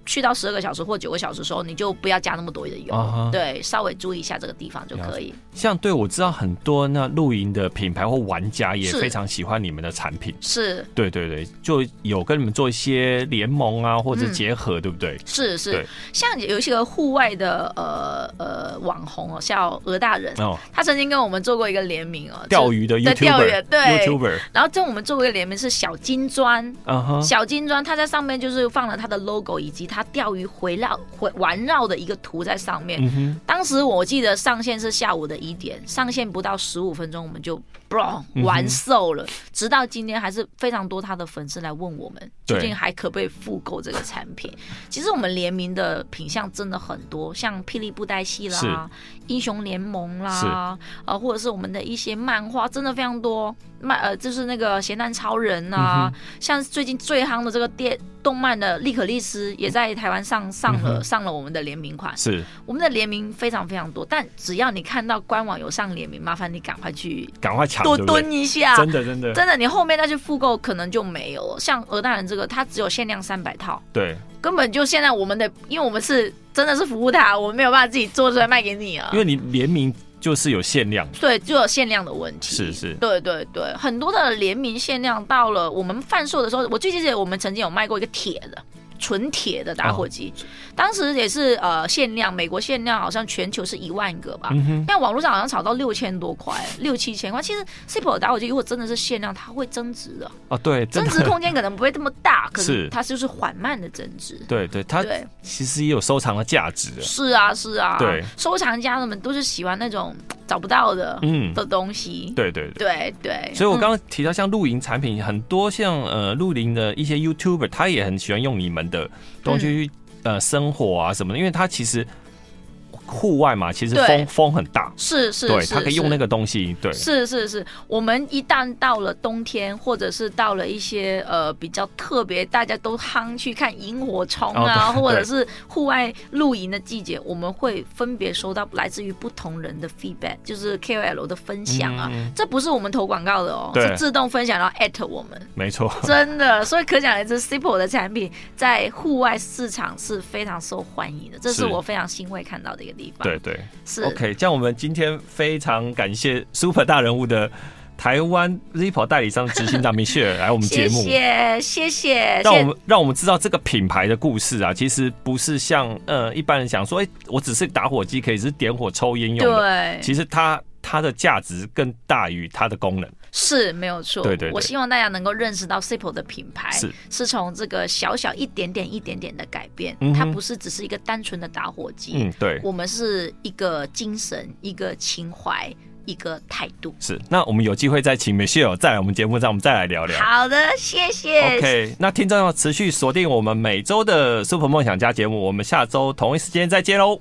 [SPEAKER 4] 去到十二个小时或九个小时的时候，你就不要加那么多的油，
[SPEAKER 3] 啊哈
[SPEAKER 4] 对，稍微注意一下这个地方就可以。
[SPEAKER 3] 像对我知道很多那露营的品牌或玩家也
[SPEAKER 4] 是
[SPEAKER 3] 非常喜欢你们的产品。
[SPEAKER 4] 是
[SPEAKER 3] 对对对，就有跟你们做一些联盟啊，或者结合，对不对？
[SPEAKER 4] 是
[SPEAKER 3] 对
[SPEAKER 4] 是，像有一些户外的呃呃网红哦，像鹅大人，
[SPEAKER 3] 哦，
[SPEAKER 4] 他曾经跟我们做过一个联名哦，
[SPEAKER 3] 钓鱼的
[SPEAKER 4] 嗯在钓鱼
[SPEAKER 3] YouTuber，
[SPEAKER 4] 对
[SPEAKER 3] YouTuber，
[SPEAKER 4] 然后跟我们做过一个联名是小金砖，
[SPEAKER 3] 啊哈，
[SPEAKER 4] 小金砖它在上面就是放了它的 logo 以及它钓鱼回绕回环绕的一个图在上面。
[SPEAKER 3] 嗯哼，
[SPEAKER 4] 当时我记得上线是下午的一点，上线不到十五分钟我们就 b
[SPEAKER 3] 嗯哼
[SPEAKER 4] 完售了。直到今天还是非常多他的粉丝来问我们，
[SPEAKER 3] 对
[SPEAKER 4] 究竟还可不可以复购这个产品？其实我们联名的品项真的很多，像霹雳布袋戏啦、英雄联盟啦，呃，或者是我们的一些漫画，真的非常多。漫呃，就是那
[SPEAKER 3] 嗯
[SPEAKER 4] 个咸蛋超人啊，像最近最夯的这个电动漫的《利可利斯》也在在台湾上上
[SPEAKER 3] 嗯
[SPEAKER 4] 了
[SPEAKER 3] 哼
[SPEAKER 4] 上了我们的联名款，
[SPEAKER 3] 是
[SPEAKER 4] 我们的联名非常非常多，但只要你看到官网有上联名，麻烦你赶快去
[SPEAKER 3] 赶快抢，
[SPEAKER 4] 多
[SPEAKER 3] 对不对
[SPEAKER 4] 蹲一下，
[SPEAKER 3] 真的真的
[SPEAKER 4] 真的，你后面再去复购可能就没有了。像鹅大人这个，它只有限量三百套，
[SPEAKER 3] 对，
[SPEAKER 4] 根本就现在我们的，因为我们是真的是服务它，我们没有办法自己做出来卖给你啊
[SPEAKER 3] 因。为你联名就是有限量，
[SPEAKER 4] 所以就有限量的问题。
[SPEAKER 3] 是是
[SPEAKER 4] 对对对，很多的联名限量到了我们贩售的时候，我最记得我们曾经有卖过一个铁的。纯铁的打火
[SPEAKER 3] 哦
[SPEAKER 4] 机，当时也是呃限量，美国限量好像全球是一万个吧，
[SPEAKER 3] 嗯哼，
[SPEAKER 4] 但网络上好像炒到六千多块， 六七千块。其实 c i p o 打火机如果真的是限量，它会增值的，
[SPEAKER 3] 哦对， 真
[SPEAKER 4] 增值
[SPEAKER 3] 的。
[SPEAKER 4] 空间可能不会这么大，可
[SPEAKER 3] 是
[SPEAKER 4] 是它就是缓慢的增值。
[SPEAKER 3] 对对，它
[SPEAKER 4] 对
[SPEAKER 3] 其实也有收藏的价值的。
[SPEAKER 4] 是啊，是啊，
[SPEAKER 3] 对
[SPEAKER 4] 收藏家们都是喜欢那种找不到的、
[SPEAKER 3] 嗯，
[SPEAKER 4] 的东西。
[SPEAKER 3] 对对对。
[SPEAKER 4] 对对，
[SPEAKER 3] 所以我
[SPEAKER 4] 嗯
[SPEAKER 3] 刚刚提到像露营产品，很多像呃露营的一些 YouTuber，他也很喜欢用你们的东西
[SPEAKER 4] 嗯
[SPEAKER 3] 去、呃生火啊什么的，因为他其实户外嘛，其实
[SPEAKER 4] 对
[SPEAKER 3] 风风很大，
[SPEAKER 4] 嗯是是，
[SPEAKER 3] 对
[SPEAKER 4] 是
[SPEAKER 3] 他可以用那
[SPEAKER 4] 个。
[SPEAKER 3] 个东西，对，
[SPEAKER 4] 是是是，我们一旦到了冬天，或者是到了一些呃比较特别，大家都夯去看萤火虫啊，
[SPEAKER 3] 哦对
[SPEAKER 4] 或者是户外露营的季节，我们会分别收到来自于不同人的 feedback，就是 KOL 的分享啊。
[SPEAKER 3] 嗯
[SPEAKER 4] 这不是我们投广告的哦，
[SPEAKER 3] 对
[SPEAKER 4] 是自动分享然后 at 我 们，
[SPEAKER 3] 没错，
[SPEAKER 4] 真的。所以可想而知 c i p o 的产品在户外市场是非常受欢迎的，这是
[SPEAKER 3] 是
[SPEAKER 4] 我非常欣慰看到的一个地方。
[SPEAKER 3] 对对
[SPEAKER 4] 是
[SPEAKER 3] OK，这样我们今天非常感谢 Super 大人物的台湾 Zippo 代理商执行长 Michelle 来我们节目。
[SPEAKER 4] 谢谢谢谢，
[SPEAKER 3] 让我们让我们知道这个品牌的故事啊，其实不是像呃一般人想说，哎、我只是打火机可以是点火抽烟
[SPEAKER 4] 谢
[SPEAKER 3] 用的，
[SPEAKER 4] 对，
[SPEAKER 3] 其实它它的价值更大于它的功能。
[SPEAKER 4] 是没有错。
[SPEAKER 3] 对对对
[SPEAKER 4] 我希望大家能够认识到 Simple 的品牌
[SPEAKER 3] 是
[SPEAKER 4] 从这个小小一点点一点点的改变，
[SPEAKER 3] 嗯哼
[SPEAKER 4] 它不是只是一个单纯的打火机，
[SPEAKER 3] 嗯，对，
[SPEAKER 4] 我们是一个精神、一个情怀、一个态度。
[SPEAKER 3] 是。那我们有机会再请 Michelle 再来我们节目上，我们再来聊聊。
[SPEAKER 4] 好的，谢谢。
[SPEAKER 3] OK，那听众要持续锁定我们每周的 Super 梦想家节目，我们下周同一时间再见喽，